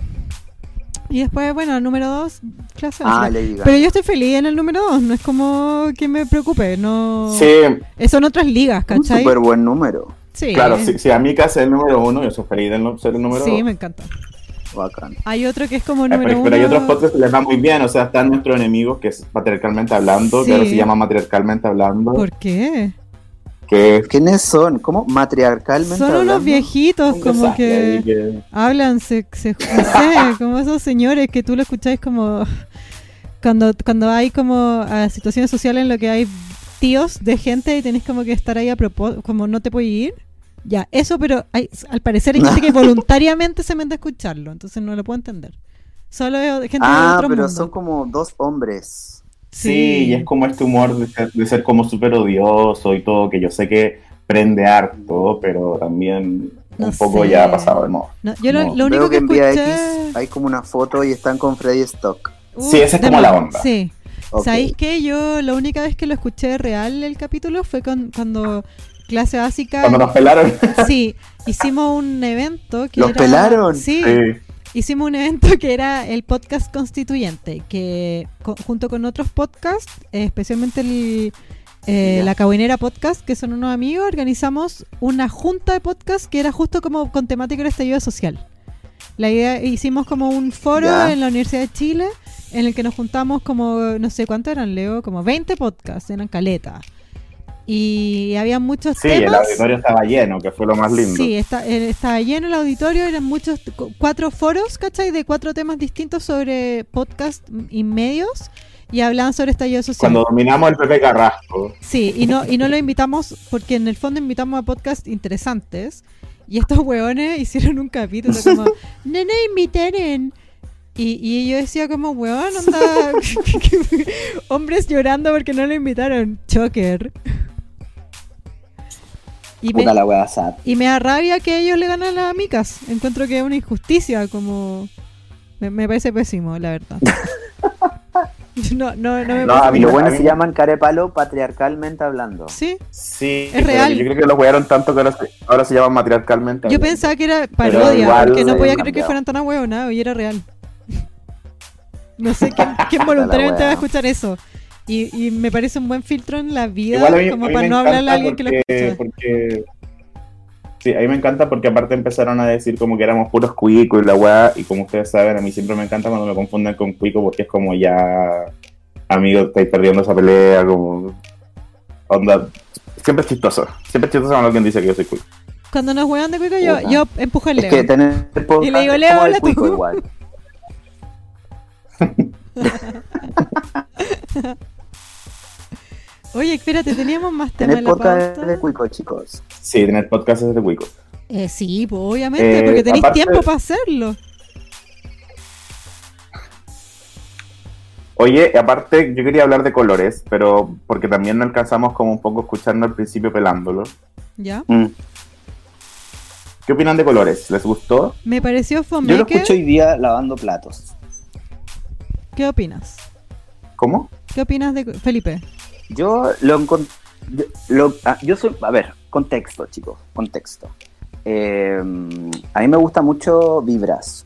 S1: Y después, bueno, número 2, clase
S2: Ah,
S1: básica.
S2: Lady Gaga.
S1: Pero yo estoy feliz en el número 2, no es como que me preocupe, no...
S3: Sí,
S1: Eh, Son otras ligas,
S2: Un
S1: ¿cachai?
S2: súper buen número.
S1: Sí,
S3: claro, si, si Amicas es el número uno, yo soy feliz de no ser el número
S1: sí
S3: dos.
S1: me encanta.
S2: Bacán.
S1: Hay otro que es como
S3: Eh,
S1: número
S3: Pero,
S1: 1.
S3: pero hay otros podcasts que les va muy bien, o sea, están nuestros enemigos, que es Patriarcalmente Hablando, que ahora
S1: Sí.
S3: se llama Matriarcalmente Hablando,
S1: ¿Por qué?
S3: que es
S2: ¿Quiénes son? ¿Cómo? Matriarcalmente
S1: Son unos
S2: hablando?
S1: viejitos
S3: un
S1: como
S3: desastre ahí
S1: que
S3: que-
S1: hablan, se, se, no
S2: <laughs>
S1: sé, como esos señores que tú lo escucháis como... Cuando, cuando hay como ah, situaciones sociales en lo que hay tíos de gente y tenés como que estar ahí a propósito, como no te puedes ir. Ya, eso, pero hay, al parecer hay
S2: <laughs>
S1: gente que voluntariamente se mete a escucharlo, entonces no lo puedo entender. Solo veo gente de
S2: Ah,
S1: otro
S2: pero
S1: mundo.
S2: son como dos hombres.
S3: Sí, y es como este humor de ser, de ser como súper odioso y todo, que yo sé que prende harto, pero también
S1: No
S3: un poco
S1: sé.
S3: ya ha pasado de moda.
S1: No, yo lo,
S3: No,
S1: lo único
S2: Veo que
S1: que,
S2: en Vía
S1: escuché...
S2: X hay como una foto y están con Freddy Stock.
S1: Uh,
S3: Sí, esa es
S1: de
S3: como la
S1: nuevo,
S3: onda.
S1: Sí.
S2: Ok.
S1: ¿Sabéis qué? Yo la única vez que lo escuché real el capítulo fue con, cuando clase básica...
S3: Cuando nos pelaron,
S1: <laughs> Sí, hicimos un evento que
S2: ¿Los
S1: era-
S2: pelaron?
S1: Sí,
S3: sí,
S1: hicimos un evento <laughs> que era el podcast constituyente, que co- junto con otros podcasts, eh, especialmente el, eh,
S2: Ya.
S1: la Cabinera Podcast, que son unos amigos, organizamos una junta de podcast que era justo como con temática del estallido social. La idea, hicimos como un foro
S2: Ya.
S1: en la Universidad de Chile en el que nos juntamos como, no sé cuánto eran, Leo, como 20 podcasts, eran caleta. Y había muchos
S3: <laughs> sí, el
S1: temas.
S3: auditorio estaba lleno, que fue lo más lindo.
S1: Sí, está, eh, estaba lleno el auditorio, eran muchos, cu- cuatro foros, ¿cachai? De cuatro temas distintos sobre podcast y medios y hablaban sobre estallido social.
S3: Cuando dominamos el Pepe Carrasco,
S1: Sí, y no, y no lo invitamos porque en el fondo invitamos a podcasts interesantes y estos hueones <laughs> hicieron un capítulo
S3: <laughs>
S1: como, no nos invitaron. Y, y yo decía como, hueón,
S3: <laughs>
S1: onda, hombres llorando porque no lo invitaron. Choker. Y me-
S2: Puta la wea sad.
S1: y me da rabia que ellos le ganan a las micas. Encuentro que es una injusticia, como. Me, me parece pésimo, la
S3: <laughs>
S1: verdad. no, no, no me
S3: No,
S1: parece-
S3: a
S2: Ah,
S3: mí
S2: Y lo
S3: me- a
S2: bueno
S3: mí
S2: se
S3: me-
S2: llaman carepalo patriarcalmente hablando.
S1: Sí,
S3: sí,
S1: Es
S3: pero
S1: real.
S3: yo creo que lo jugaron tanto que ahora se, ahora se llaman matriarcalmente.
S1: yo
S3: hablando.
S1: pensaba que era parodia,
S3: igual
S1: porque no
S3: se
S1: podía
S2: han
S1: creer que
S2: cambiado.
S1: fueran tan ahueonados y era real. <laughs> no sé quién,
S3: <laughs>
S1: quién voluntariamente
S2: La
S1: va a
S2: wea.
S1: escuchar eso. Y, y me parece un buen filtro en la vida,
S3: Igual a mí,
S1: como
S3: a mí
S1: para
S3: me
S1: no hablarle a alguien que lo
S3: encanta
S1: escucha.
S3: porque, porque- Sí, a mí me encanta porque aparte empezaron a decir como que éramos puros cuicos y la weá, y como ustedes saben, a mí siempre me encanta cuando me confunden con cuico porque es como ya, amigo, estáis perdiendo esa pelea, como... Onda, siempre es chistoso, siempre es chistoso cuando alguien dice que yo soy cuico.
S1: Cuando nos huevan de cuico, yo,
S2: Puta.
S1: yo empujo el
S2: Es
S1: Leo.
S2: que tener podcast
S1: Y le digo,
S2: es
S1: Leo,
S2: como del
S1: habla tú. <laughs>
S2: cuico igual.
S1: Oye, espérate, teníamos más temas
S2: Tener
S1: en la
S2: podcast
S1: pauta.
S2: es de cuico, chicos.
S3: Sí, tener podcast es de cuico.
S1: Eh, sí, pues, obviamente,
S3: Eh,
S1: porque tenéis
S3: aparte-
S1: tiempo para hacerlo.
S3: Oye, aparte, yo quería hablar de colores, pero porque también no alcanzamos como un poco escuchando al principio pelándolo.
S1: ¿Ya?
S2: Mm.
S3: ¿Qué opinan de colores? ¿Les gustó?
S1: Me pareció
S2: Yo lo
S1: fome.
S2: escucho hoy día lavando platos.
S1: ¿Qué opinas?
S3: ¿Cómo?
S1: ¿Qué opinas de Felipe?
S2: Yo lo encon- yo, lo- ah, yo soy, a ver, contexto, chicos, contexto. Eh, a mí me gusta mucho Vibras,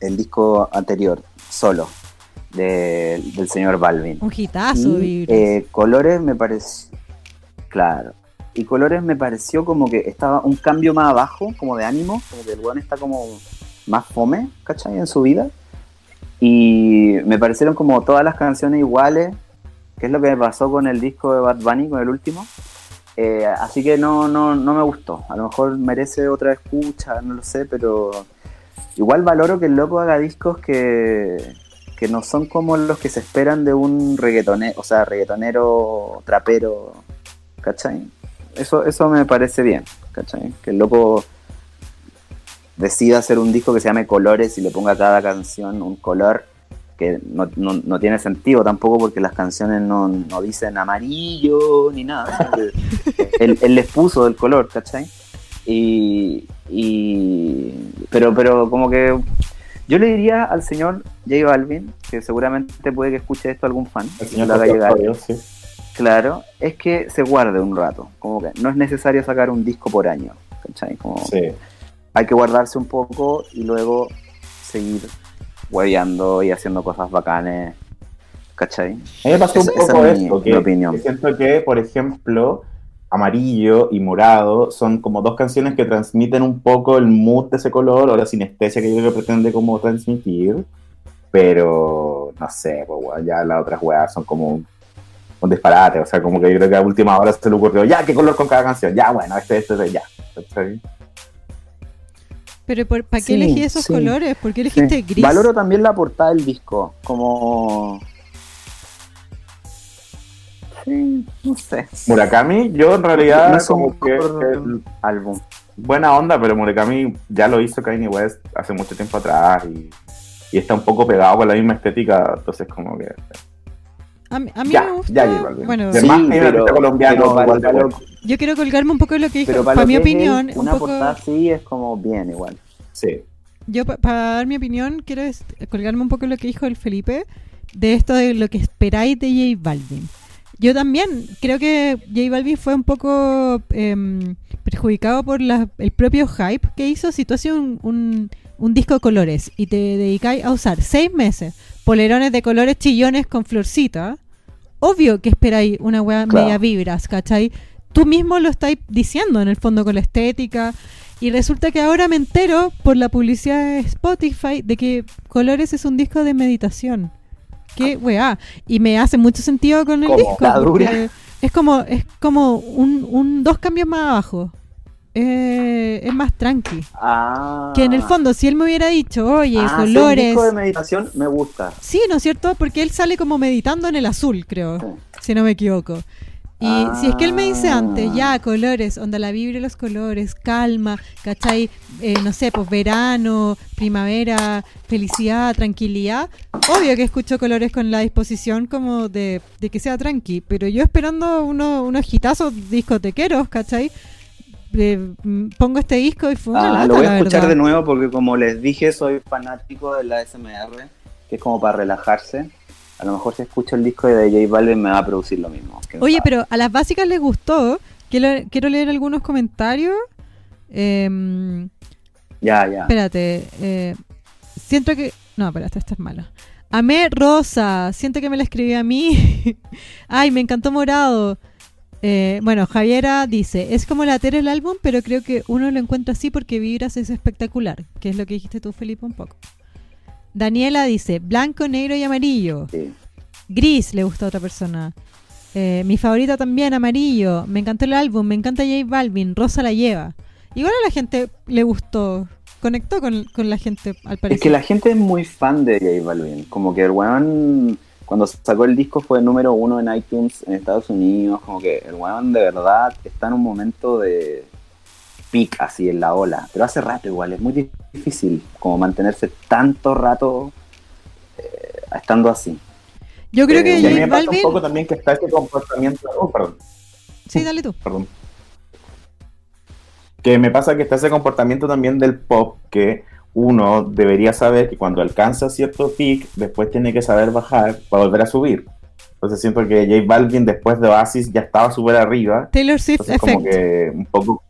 S2: el disco anterior, solo, de- del señor Balvin.
S1: Un hitazo,
S2: Y,
S1: Vibras.
S2: eh, colores me pareció. Claro. Y colores me pareció como que estaba un cambio más abajo, como de ánimo, como que el weón está como más fome, ¿cachai? En su vida. Y me parecieron como todas las canciones iguales, que es lo que me pasó con el disco de Bad Bunny, con el último. Eh, así que no, no, no me gustó. A lo mejor merece otra escucha, no lo sé, pero igual valoro que el loco haga discos que, que no son como los que se esperan de un reggaetonero, o sea, reggaetonero, trapero, ¿cachai? Eso, eso me parece bien, ¿cachai? Que el loco decida hacer un disco que se llame Colores y le ponga a cada canción un color que no, no, no tiene sentido tampoco porque las canciones no, no dicen amarillo ni nada. <laughs> él, él les puso el color, ¿cachai? Y, y- pero, pero como que yo le diría al señor J Balvin, que seguramente puede que escuche esto algún fan,
S3: El
S2: y no
S3: señor
S2: le haga
S3: Dr.
S2: llegar,
S3: Fabio, sí.
S2: claro, es que se guarde un rato, como que no es necesario sacar un disco por año, ¿cachai? Como
S3: Sí.
S2: hay que guardarse un poco y luego seguir hueveando y haciendo cosas bacanes, ¿cachai?
S3: A mí me pasó
S2: Esa-
S3: un
S2: esa
S3: poco
S2: es mi-
S3: esto,
S2: mi
S3: que,
S2: opinión.
S3: que siento que, por ejemplo, amarillo y morado son como dos canciones que transmiten un poco el mood de ese color o la sinestesia que yo creo que pretende como transmitir, pero no sé, pues, weón, ya las otras weas son como un, un disparate, o sea, como que yo creo que a última hora se le ocurrió, ya, ¿qué color con cada canción? Ya, bueno, este, este, este, ya. ¿Cachai?
S1: Pero por- ¿para qué
S2: Sí,
S1: elegí esos
S2: sí.
S1: colores? ¿Por qué elegiste
S2: Sí.
S1: gris?
S2: Valoro también la portada del disco, como... Sí, no sé.
S3: Murakami, yo en
S2: No
S3: realidad
S2: es un
S3: como que...
S2: mejor
S3: que-
S2: álbum.
S3: buena onda, pero Murakami ya lo hizo Kanye West hace mucho tiempo atrás y, y está un poco pegado con la misma estética, entonces como que...
S1: A mí, a mí
S3: Ya,
S1: me gusta.
S3: ya, J Balvin.
S1: bueno,
S3: Ya.
S2: Sí,
S3: Además, hay un artista colombiano
S2: pero para,
S3: igual de
S2: para lo-
S3: bueno.
S1: yo quiero colgarme un poco de lo que dije.
S2: pero
S1: Para,
S2: para lo
S1: mi
S2: que es
S1: opinión,
S2: él,
S1: un
S2: una
S1: poco.
S2: portada así es como bien igual.
S3: Sí,
S1: Yo, pa- para dar mi opinión, quiero es- colgarme un poco lo que dijo el Felipe de esto de lo que esperáis de J Balvin. Yo también creo que J Balvin fue un poco em, perjudicado por la- el propio hype que hizo. Si tú haces un, un- un disco de colores y te dedicáis a usar seis meses polerones de colores chillones con florcita, obvio que esperáis una wea
S2: Claro.
S1: media vibras, ¿cachai? Tú mismo lo estáis diciendo en el fondo con la estética. Y resulta que ahora me entero por la publicidad de Spotify de que Colores es un disco de meditación. Qué weá. Y me hace mucho sentido con el
S2: Ah. Como
S1: disco.
S2: la dura.
S1: porque Es como, es como un, un- dos cambios más abajo. Eh, es más tranqui.
S2: Ah.
S1: Que en el fondo, si él me hubiera dicho, oye,
S2: Ah, sí, un
S1: colores.
S2: disco de meditación me gusta.
S1: Sí, ¿no es cierto? Porque él sale como meditando en el azul, creo,
S2: Sí.
S1: si no me equivoco. Y
S2: Ah.
S1: si es que él me dice antes, ya, colores, onda la vibra y los colores, calma, ¿cachai? Eh, no sé, pues verano, primavera, felicidad, tranquilidad. Obvio que escucho colores con la disposición como de, de que sea tranqui, pero yo esperando uno- unos hitazos discotequeros, ¿cachai? Eh, mm, pongo este disco y fue una
S2: Ah,
S1: lata,
S2: lo voy
S1: la
S2: a escuchar
S1: verdad.
S2: de nuevo porque como les dije soy fanático de la SMR, que es como para relajarse. A lo mejor si escucho el disco de J Balvin me va a producir lo mismo. ¿Quién
S1: Oye,
S2: sabe?
S1: pero a las básicas les gustó. Quiero, quiero leer algunos comentarios. Em,
S2: Ya, ya.
S1: espérate. eh, siento que. No, espérate, esta es mala. Amé Rosa. Siento que me la escribió a mí. <laughs> Ay, me encantó Morado. Eh, bueno, Javiera dice: Es como latero el álbum, pero creo que uno lo encuentra así porque Vibras es espectacular. Que es lo que dijiste tú, Felipe, un poco. Daniela dice: Blanco, negro y amarillo.
S2: Sí.
S1: Gris le gusta a otra persona. Eh, mi favorita también, amarillo. Me encantó el álbum, me encanta J Balvin, Rosa la lleva. Igual a la gente le gustó, conectó con, con la gente al parecer.
S2: Es que la gente es muy fan de J Balvin. Como que el weón, cuando sacó el disco, fue número uno en iTunes en Estados Unidos. Como que el weón de verdad está en un momento de pic así en la ola. Pero hace rato igual, es muy difícil como mantenerse tanto rato eh, estando así.
S1: Yo creo que
S2: eh,
S3: y a mí
S1: J
S3: me pasa un
S1: Balvin...
S3: poco también que está ese comportamiento... Oh, perdón.
S1: Sí, dale tú.
S3: perdón. Que me pasa que está ese comportamiento también del pop que uno debería saber que cuando alcanza cierto peak, después tiene que saber bajar para volver a subir. Entonces siento que J Balvin después de Oasis ya estaba súper arriba.
S1: Taylor Swift
S3: Entonces como
S1: Effect.
S3: que un poco...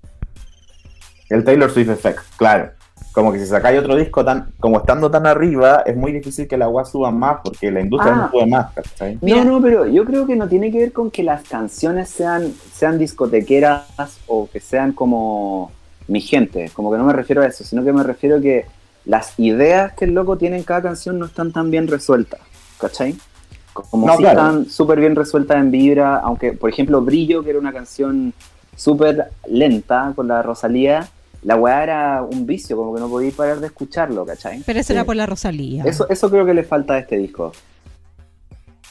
S3: El Taylor Swift Effect, claro. Como que si sacáis otro disco tan como estando tan arriba, es muy difícil que la agua suba más porque la industria
S2: Ah.
S3: no sube más, ¿cachai?
S1: Mira.
S2: No, no, pero yo creo que no tiene que ver con que las canciones sean, sean discotequeras o que sean como mi gente, como que no me refiero a eso, sino que me refiero a que las ideas que el loco tiene en cada canción no están tan bien resueltas, ¿cachai? Como
S3: No,
S2: si
S3: claro.
S2: están súper bien resueltas en vibra, aunque, por ejemplo, Brillo, que era una canción súper lenta con la Rosalía, la weá era un vicio, como que no podía parar de escucharlo, ¿cachai?
S1: Pero eso era
S2: Sí.
S1: por la Rosalía.
S2: Eso, eso creo que le falta a este disco.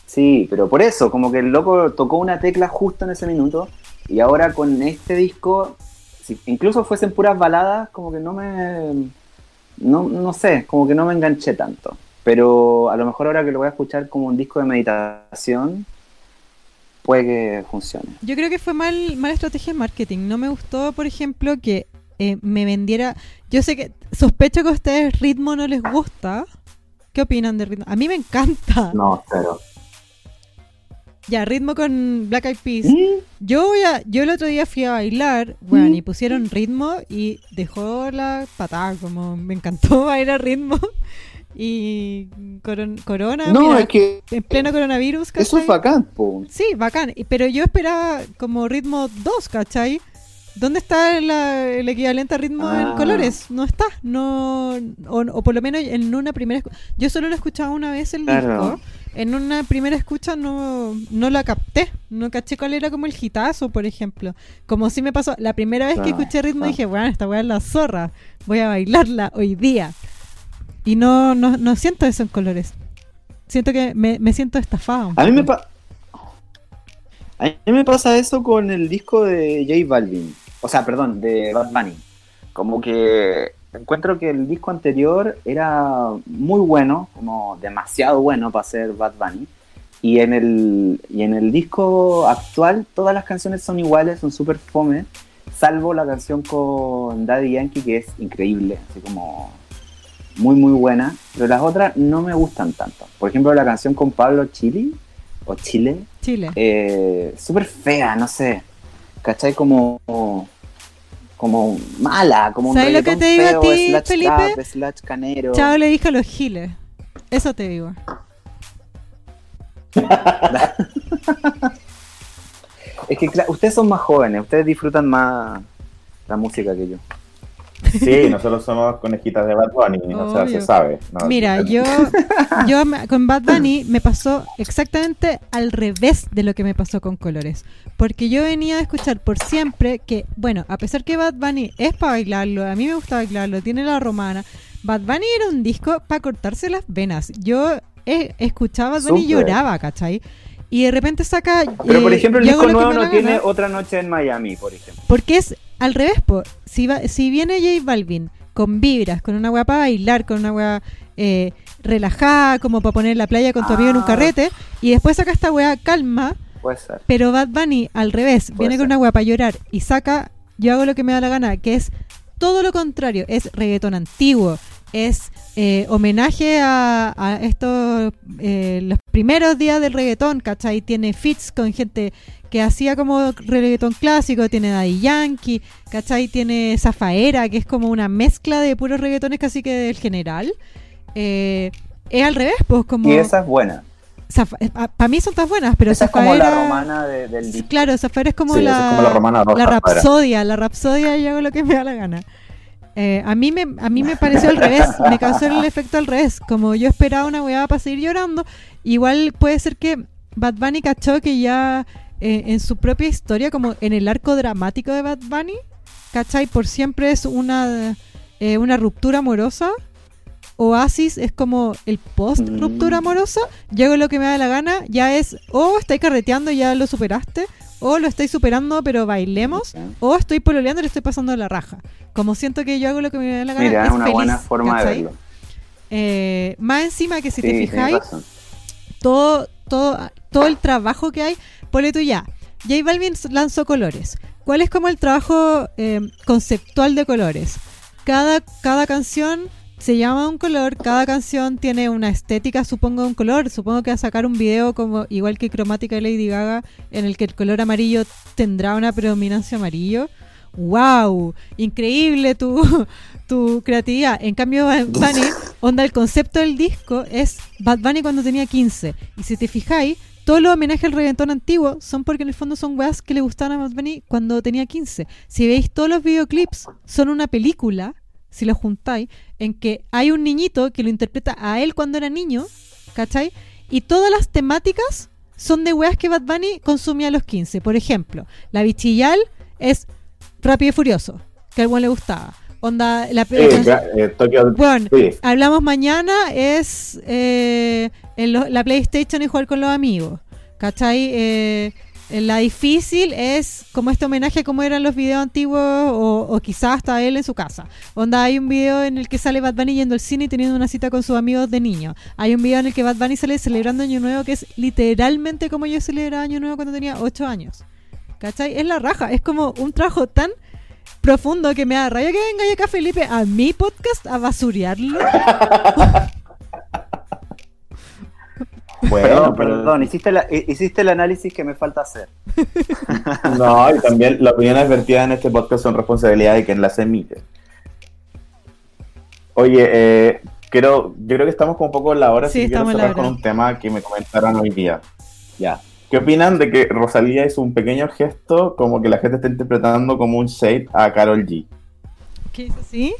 S2: Sí, pero por eso, como que el loco tocó una tecla justo en ese minuto y ahora con este disco, si incluso fuesen puras baladas, como que no me... No, no sé, como que no me enganché tanto. Pero a lo mejor ahora que lo voy a escuchar como un disco de meditación, puede que funcione.
S1: Yo creo que fue mal, mala estrategia de marketing. No me gustó, por ejemplo, que eh, me vendiera. Yo sé que sospecho que a ustedes ritmo no les gusta. ¿Qué opinan de ritmo? A mí me encanta.
S3: No, claro.
S1: Ya, ritmo con Black Eyed Peas.
S2: Mm,
S1: Yo voy a- yo el otro día fui a bailar, weón, y pusieron ritmo y dejó la patada, como me encantó <laughs> bailar ritmo. Y coron- corona,
S2: No,
S1: Ah, mira,
S2: es que
S1: en pleno coronavirus,
S2: eso es
S1: ¿cachai?
S2: bacán, po.
S1: Sí, bacán. y- Pero yo esperaba como ritmo 2, ¿cachai? ¿Dónde está la- el equivalente a ritmo en
S2: Ah.
S1: colores? No está. no o, o por lo menos en una primera escu- Yo solo lo escuchaba una vez el
S2: Claro.
S1: disco. En una primera escucha no, no la capté. No caché cuál era como el hitazo, por ejemplo. Como si me pasó. La primera vez que
S2: Claro, Ah.
S1: escuché ritmo
S2: claro.
S1: dije, bueno, esta weá es la zorra. Voy a bailarla hoy día. Y no, no, no siento eso en colores. Siento que me, me siento estafada. un
S2: A mí me
S1: poco.
S2: pa- A mí me pasa eso con el disco de J Balvin. O sea, perdón, de Bad Bunny. Como que encuentro que el disco anterior era muy bueno, como demasiado bueno para ser Bad Bunny. Y en el, y en el disco actual todas las canciones son iguales, son súper fome. Salvo la canción con Daddy Yankee, que es increíble, así como muy, muy buena. Pero las otras no me gustan tanto. Por ejemplo, la canción con Pablo Chile, o Chile,
S1: Chile.
S2: eh, súper fea, no sé. ¿Cachai? Como. Como mala, como un
S1: ¿Sabes lo que
S2: reggaetón
S1: te digo a
S2: feo,
S1: ti,
S2: slash
S1: Felipe?
S2: trap, slash canero.
S1: Chao le dije a los giles. Eso te digo.
S2: Es que cla- ustedes son más jóvenes, ustedes disfrutan más la música que yo.
S1: <laughs>
S3: Sí, nosotros somos conejitas de Bad Bunny, o sea,
S1: Obvio.
S3: se sabe.
S2: Ah,
S3: ¿no?
S1: Mira,
S2: <laughs>
S1: yo, yo me- con Bad Bunny me pasó exactamente al revés de lo que me pasó con Colores. Porque yo venía a escuchar por siempre que, bueno, a pesar que Bad Bunny es para bailarlo, a mí me gusta bailarlo, tiene la romana. Bad Bunny era un disco para cortarse las venas. Yo eh, escuchaba a Bad Bunny y
S2: Súper.
S1: lloraba, ¿cachai? Y de repente saca.
S2: Pero por
S1: eh,
S2: ejemplo, el
S1: Yo hago
S2: disco
S1: lo que
S2: nuevo
S1: me da
S2: no
S1: la
S2: tiene
S1: gana.
S2: otra noche en Miami, por ejemplo.
S1: Porque es al revés, po. Si, va- si viene J Balvin con vibras, con una weá para bailar, con una weá eh, relajada, como para poner en la playa con tu amigo en un
S2: Ah.
S1: carrete, y después saca esta weá calma,
S2: Puede ser.
S1: pero Bad Bunny al revés, viene con una
S2: ser.
S1: weá para llorar y saca Yo hago lo que me da la gana, que es todo lo contrario, es reggaetón antiguo, es eh, homenaje a, a estos, eh, los primeros días del reggaetón, ¿cachai? Tiene fits con gente que hacía como reggaetón clásico, tiene Daddy Yankee, ¿cachai? Tiene Zafaera, que es como una mezcla de puros reggaetones casi que del general. Eh, es al revés, pues como...
S2: Y esa es buena.
S1: Para mí son tan buenas, pero
S2: esa es como la
S1: Zafaera-
S2: romana de- del disco.
S1: Claro, Zafaera es como
S3: Sí, eso
S1: la,
S3: es como la romana roja.
S1: la
S3: para-
S1: rapsodia, la rapsodia yo hago lo que me da la gana. Eh, a mí me a mí me pareció al revés, me causó el efecto al revés, como yo esperaba una weá para seguir llorando, igual puede ser que Bad Bunny cachó que ya eh, en su propia historia, como en el arco dramático de Bad Bunny, ¿cachai? Por siempre es una, eh, una ruptura amorosa. Oasis es como el post ruptura
S2: Mm.
S1: amorosa. Yo hago lo que me da la gana. Ya es, o estáis carreteando, ya lo superaste. O lo estáis superando, pero bailemos. O estoy pololeando y le estoy pasando la raja. Como siento que yo hago lo que me da la gana.
S2: Mira, es
S1: es
S2: una
S1: feliz,
S2: buena forma
S1: ¿cachai?
S2: de verlo.
S1: Eh, más encima que si te
S2: Sí, tenés
S1: fijáis,
S2: razón.
S1: todo, todo, todo el trabajo que hay. Ponle tú ya. J Balvin lanzó colores. ¿Cuál es como el trabajo eh, conceptual de colores? Cada, cada canción se llama un color, cada canción tiene una estética, supongo, de un color. Supongo que va a sacar un video como igual que cromática de Lady Gaga, en el que el color amarillo tendrá una predominancia amarillo. ¡Wow! Increíble tu, tu creatividad. En cambio, Bad Bunny, onda, el concepto del disco es Bad Bunny cuando tenía 15. Y si te fijáis, todos los homenajes al reggaetón antiguo son porque en el fondo son weas que le gustaban a Bad Bunny cuando tenía 15. Si veis todos los videoclips, son una película, si los juntáis, en que hay un niñito que lo interpreta a él cuando era niño, ¿cachai? Y todas las temáticas son de weas que Bad Bunny consumía a los 15. Por ejemplo, la bichillal es Rápido y Furioso, que a alguien le gustaba. Onda, la
S3: Sí, gra- eh, Tokyo-
S1: Bueno,
S3: sí.
S1: hablamos mañana es eh, en lo- la PlayStation y jugar con los amigos. ¿Cachai? Eh, la difícil es como este homenaje a cómo eran los videos antiguos o, o quizás hasta él en su casa. Onda, hay un video en el que sale Bad Bunny yendo al cine y teniendo una cita con sus amigos de niño. Hay un video en el que Bad Bunny sale celebrando Año Nuevo que es literalmente como yo celebraba Año Nuevo cuando tenía 8 años. ¿Cachai? Es la raja. Es como un trabajo tan profundo que me da rabia que venga ya acá Felipe a mi podcast a basurearlo.
S3: Bueno,
S2: Perdón,
S3: pero...
S2: perdón, hiciste, la- hiciste el análisis que me falta hacer.
S3: <laughs> No, y también las opiniones vertidas en este podcast son responsabilidad de quien las emite. Oye, eh, creo, yo creo que estamos con un poco en la hora,
S1: Sí,
S3: así que quiero
S1: estamos en la
S3: cerrar con
S1: hora.
S3: un tema que me comentaron hoy día. Ya. ¿Qué opinan de que Rosalía hizo un pequeño gesto como que la gente está interpretando como un shade a Carol G?
S1: ¿Qué hizo así?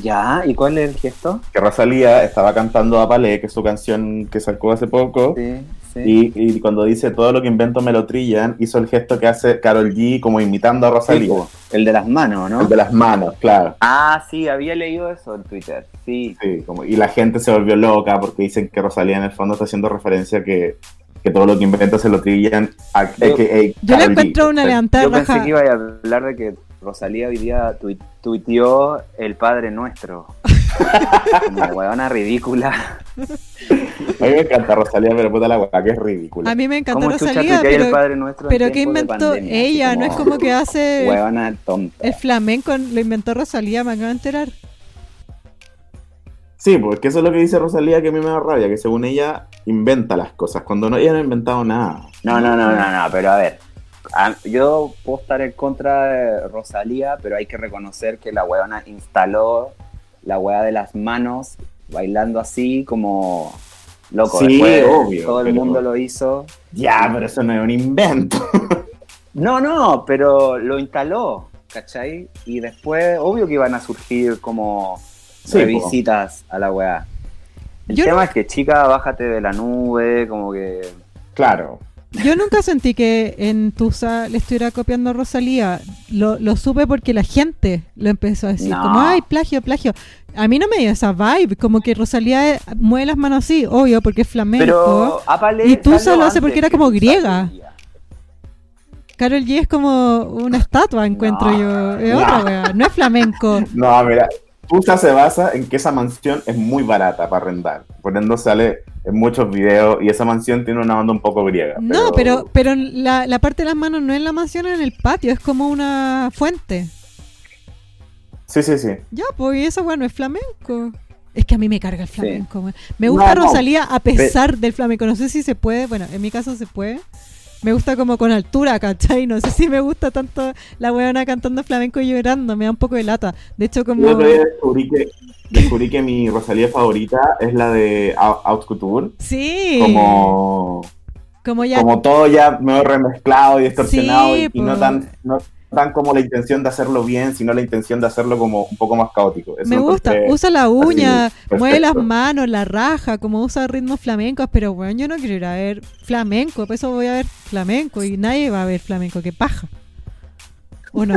S2: Ya, ¿y cuál es el gesto?
S3: Que Rosalía estaba cantando a Palé, que es su canción que sacó hace poco.
S2: Sí, sí.
S3: Y, y cuando dice todo lo que invento me lo trillan, hizo el gesto que hace Carol G como imitando a Rosalía.
S2: El de las manos, ¿no?
S3: El de las manos, claro.
S2: Ah, sí, había leído eso en Twitter. Sí.
S3: Sí, como- y la gente se volvió loca porque dicen que Rosalía en el fondo está haciendo referencia que, que todo lo que inventa se lo trillan a
S2: Yo-
S1: Yo
S3: AKA
S1: le
S3: Carol G.
S1: encuentro una levantada
S2: Yo
S1: de
S2: pensé
S1: raja.
S2: que iba a hablar de que Rosalía hoy día tui- tuiteó el
S1: <laughs>
S2: Padre Nuestro. Como huevona ridícula.
S3: A mí me encanta Rosalía, pero puta la guaca, que es ridícula.
S1: A mí me encanta
S2: ¿Cómo chucha
S1: Rosalía,
S2: tuiteáis el
S1: pero,
S2: Padre Nuestro?
S1: pero ¿qué inventó ella? No es como que
S2: <laughs>
S1: hace
S2: Huevona tonta.
S1: el flamenco, lo inventó Rosalía, me acabo de enterar.
S3: Sí, porque eso es lo que dice Rosalía que a mí me da rabia, que según ella inventa las cosas, cuando no, ella no ha inventado nada.
S2: No, no, no, no, no, pero a ver. a- yo puedo estar en contra de Rosalía, pero hay que reconocer que la huevona instaló la hueá de las manos bailando así como loco.
S3: Sí,
S2: después
S3: obvio,
S2: Todo el
S3: pero-
S2: mundo lo hizo.
S3: Ya, pero eso no es un invento.
S2: No, no, pero lo instaló, ¿cachai? Y después, obvio que iban a surgir como
S3: Sí,
S2: revisitas a la weá. El
S1: Yo
S2: tema es que, chica, bájate de la nube, como que.
S3: Claro.
S1: Yo nunca sentí que en Tusa le estuviera copiando a Rosalía. Lo, lo supe porque la gente lo empezó a decir.
S2: No.
S1: Como, ay, plagio, plagio. A mí no me dio esa vibe. Como que Rosalía eh, mueve las manos así, obvio, porque es flamenco.
S2: Pero. Apale
S1: Y tú
S2: salió
S1: solo hace
S2: antes
S1: porque era
S2: que
S1: como
S2: tú
S1: griega.
S2: salías.
S1: Carol G es como una estatua, encuentro
S2: No.
S1: yo. Es
S3: No.
S1: otra wea, no es
S2: <laughs>
S1: flamenco.
S3: No, mira, Pusa se basa en que esa mansión es muy barata para arrendar. Por ende sale en muchos videos y esa mansión tiene una onda un poco griega.
S1: No, pero, pero la, la parte de las manos no es la mansión, en el patio, es como una fuente.
S3: Sí, sí, sí.
S1: Ya, pues y esa weá no es flamenco. Es que a mí me carga el flamenco. weón. Me gusta
S3: No, no.
S1: Rosalía a pesar del flamenco. No sé si se puede, bueno, en mi caso se puede. Me gusta como con altura, ¿cachai? No sé si me gusta tanto la weona cantando flamenco y llorando. Me da un poco de lata. De hecho, como...
S3: Yo otro día descubrí que, descubrí que mi Rosalía favorita es la de Au- Haute Couture.
S1: Sí.
S3: Como,
S1: Como ya...
S3: como todo ya medio remezclado y distorsionado
S1: Sí, pues.
S3: y, y no
S1: po.
S3: tan... no tan como la intención de hacerlo bien, sino la intención de hacerlo como un poco más caótico. Eso
S1: me
S3: lo
S1: gusta,
S3: encontré-
S1: usa la uña,
S3: perfecto.
S1: mueve las manos, la raja, como usa ritmos flamencos, pero bueno, yo no quiero ir a ver flamenco, por eso voy a ver flamenco y nadie va a ver flamenco, que paja. ¿O no?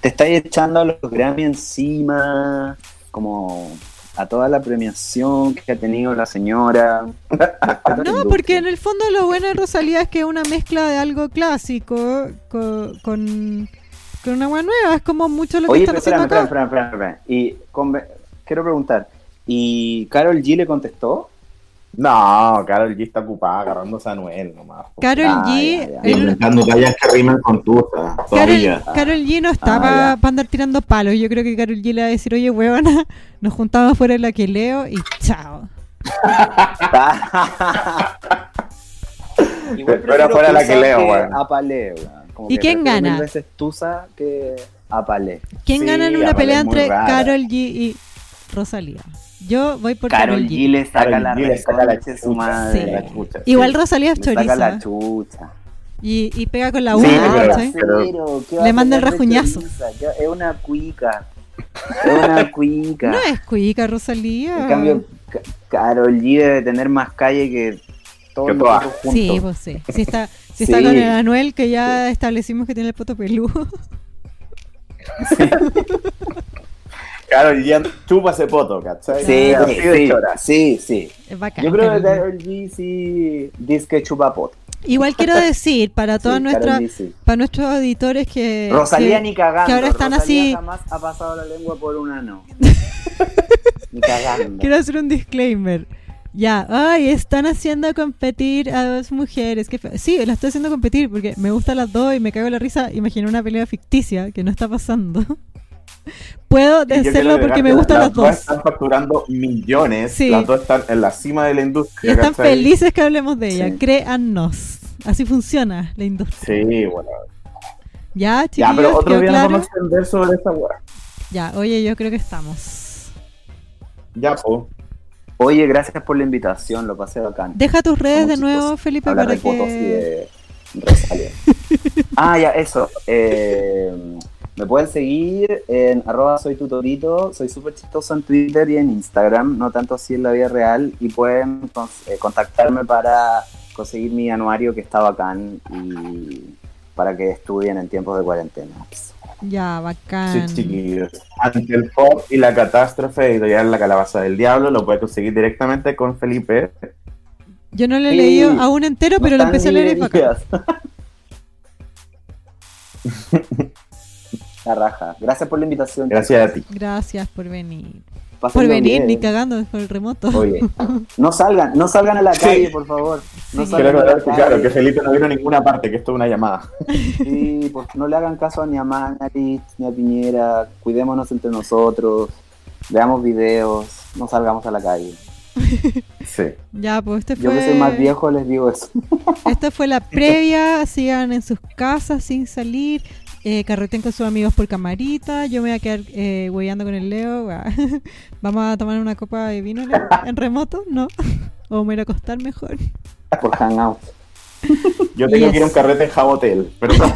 S2: Te estáis echando a los Grammy encima, como a toda la premiación que ha tenido la señora.
S1: <laughs> No, porque en el fondo lo bueno de Rosalía es que es una mezcla de algo clásico co- con, con una hueá nueva. Es como mucho lo que
S2: Oye,
S1: están
S2: pero
S1: haciendo
S2: espérame,
S1: acá.
S2: espérame, espérame, espérame, espérame. Y conve- quiero preguntar, ¿y Carol G le contestó?
S3: No, Carol G está ocupada agarrándose a Noel nomás. po.
S1: Carol
S2: Ah,
S1: G.
S2: ya, ya.
S3: Y
S1: el-
S3: inventando tallas que riman con tuta.
S1: Carol,
S3: Todavía.
S1: Carol G no
S2: Ah,
S1: estaba
S2: ya.
S1: para andar tirando palos. Yo creo que Carol G le va a decir, oye, huevona, nos juntamos fuera de la que leo y chao.
S2: Igual
S3: Pero fuera
S2: prefiero
S3: la que
S2: Tusa
S3: leo, weón.
S2: Apalé, weón. Como
S1: ¿Y
S2: que
S1: quién
S2: prefiero
S1: gana?
S2: Mil veces Tusa que Apalé.
S1: ¿Quién
S3: Sí,
S1: gana en
S3: Apple
S1: una
S3: es
S1: pelea
S3: muy
S1: entre
S3: rara.
S1: Carol G y Rosalía? Yo voy por
S2: Carol G le saca
S3: Karol
S2: la
S3: G le saca la
S2: reconcha de su
S3: chucha,
S2: madre.
S1: sí.
S3: La chucha,
S1: Igual
S3: sí.
S1: Rosalía es
S2: Le saca la
S1: choriza
S2: chucha.
S1: y, y pega con la
S3: Sí,
S1: uña.
S3: pero-
S1: ¿cachai?
S2: Pero, ¿qué va
S1: Le
S2: a
S1: manda el
S2: sacar de
S1: rajuñazo.
S2: choriza? Ya, Es una cuica. Es una cuica.
S3: <laughs>
S1: No es cuica, Rosalía.
S2: En cambio, Carol G debe tener más calle que todos
S3: Que
S2: los
S3: todas.
S2: otros juntos.
S1: Sí, pues sí. Si está, si está
S2: Sí.
S1: con el Anuel, que ya establecimos que tiene el poto peludo. <laughs>
S3: Carol G chupa ese poto,
S1: pues.
S3: ¿cachai?
S2: Sí,
S3: Así
S2: sí,
S3: de
S2: sí,
S3: chora.
S2: sí, sí.
S1: Es bacán.
S2: Yo creo que
S1: Carol G.
S2: Carol G sí dice que chupa pot.
S1: Igual quiero decir para toda
S2: Sí,
S1: nuestra,
S2: Karol G sí.
S1: para nuestros auditores que
S2: Rosalía
S1: que-
S2: ni cagando.
S1: que ahora están
S2: Rosalía
S1: así-
S2: jamás ha pasado la lengua por un
S1: <laughs>
S2: ano. ni cagando.
S1: quiero hacer un disclaimer. Ya, ay, están haciendo competir a dos mujeres. qué feo. Sí, las estoy haciendo competir porque me gustan las dos y me cago en la risa. Imaginé una pelea ficticia que no está pasando. <laughs> Puedo
S3: Y yo quiero
S1: hacerlo porque
S3: agregar
S1: me
S3: que
S1: gustan las dos.
S3: Están facturando millones,
S1: Sí.
S3: las dos están en la cima de la
S1: Y
S3: industria.
S1: están
S3: ¿cachai?
S1: felices que hablemos de ella.
S2: Sí.
S1: Créannos. Así funciona la industria.
S3: Sí, bueno.
S1: Ya,
S3: Ya,
S1: chiquillos,
S3: pero otro
S1: ¿quedó
S3: día nos
S1: claro?
S3: vamos a extender sobre esa weá.
S1: Ya, oye, yo creo que estamos.
S3: Ya, po.
S2: Oye, gracias por la invitación, lo pasé bacán.
S1: Deja tus redes
S2: Como
S1: de nuevo,
S2: chicos,
S1: Felipe,
S2: Hablar
S1: para
S2: de fotos y
S1: que...
S2: de
S1: <laughs>
S2: Rosalía. ah, ya, eso. Eh, me pueden seguir en arroba soy tutorito, soy súper chistoso en Twitter y en Instagram, no tanto así en la vida real, y pueden con- eh, contactarme para conseguir mi anuario que está bacán y para que estudien en tiempos de cuarentena.
S1: Ya,
S3: Sí,
S1: bacán.
S3: chiquillos. Ante el pop y la catástrofe editorial La Calabaza del Diablo, lo puedes conseguir directamente con Felipe.
S1: Yo no lo he
S2: Sí.
S1: leído aún entero, pero lo
S2: No
S1: empecé a
S2: están
S1: leer y fue bacán.
S2: librerías. <laughs> La raja. Gracias por la invitación.
S3: Gracias a ti.
S1: Gracias por venir.
S2: chicos.
S1: Por
S2: Pásenlo
S1: venir,
S2: bien.
S1: ni cagando, por el remoto.
S2: Oye, no salgan, no salgan a la
S3: Sí.
S2: calle, por favor. No
S1: Sí.
S3: Quiero
S2: salgan a la
S3: aclarar que,
S2: calle.
S3: claro, que Felipe no vino a ninguna parte, que esto es una llamada.
S2: Sí, pues, no le hagan caso ni a Manarit, ni a Piñera. Cuidémonos entre nosotros. Veamos videos. No salgamos a la calle.
S3: Sí.
S1: <laughs> Ya, pues este
S2: Yo
S1: fue...
S2: que soy más viejo les digo eso. <laughs>
S1: Esta fue la previa. Sigan en sus casas sin salir. Eh, carreten con sus amigos por camarita. Yo me voy a quedar eh, hueveando con el Leo. <laughs> Vamos a tomar una copa de vino
S2: <laughs>
S1: Leo, en remoto, ¿no? <laughs> O me voy a ir a acostar mejor.
S2: Por hangout.
S3: Yo tengo
S1: Yes.
S3: que ir a un carrete en Jabotel,
S1: <laughs>
S3: perdón.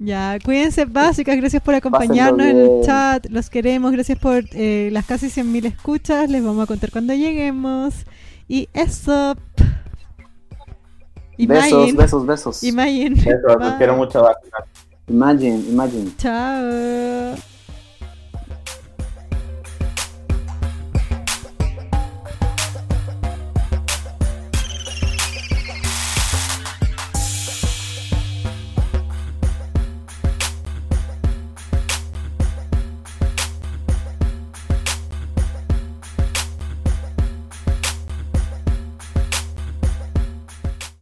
S1: Ya, cuídense básicas, gracias por acompañarnos en
S2: Pásenlo
S1: el
S2: bien.
S1: chat, los queremos, gracias por eh, las casi 100.000 escuchas, les vamos a contar cuando lleguemos. Y eso.
S2: Besos,
S1: Imagine,
S2: besos, besos.
S1: imagine.
S3: Eso, los
S1: Bye.
S3: quiero mucho. basta.
S2: Imagine, imagine.
S1: Chao.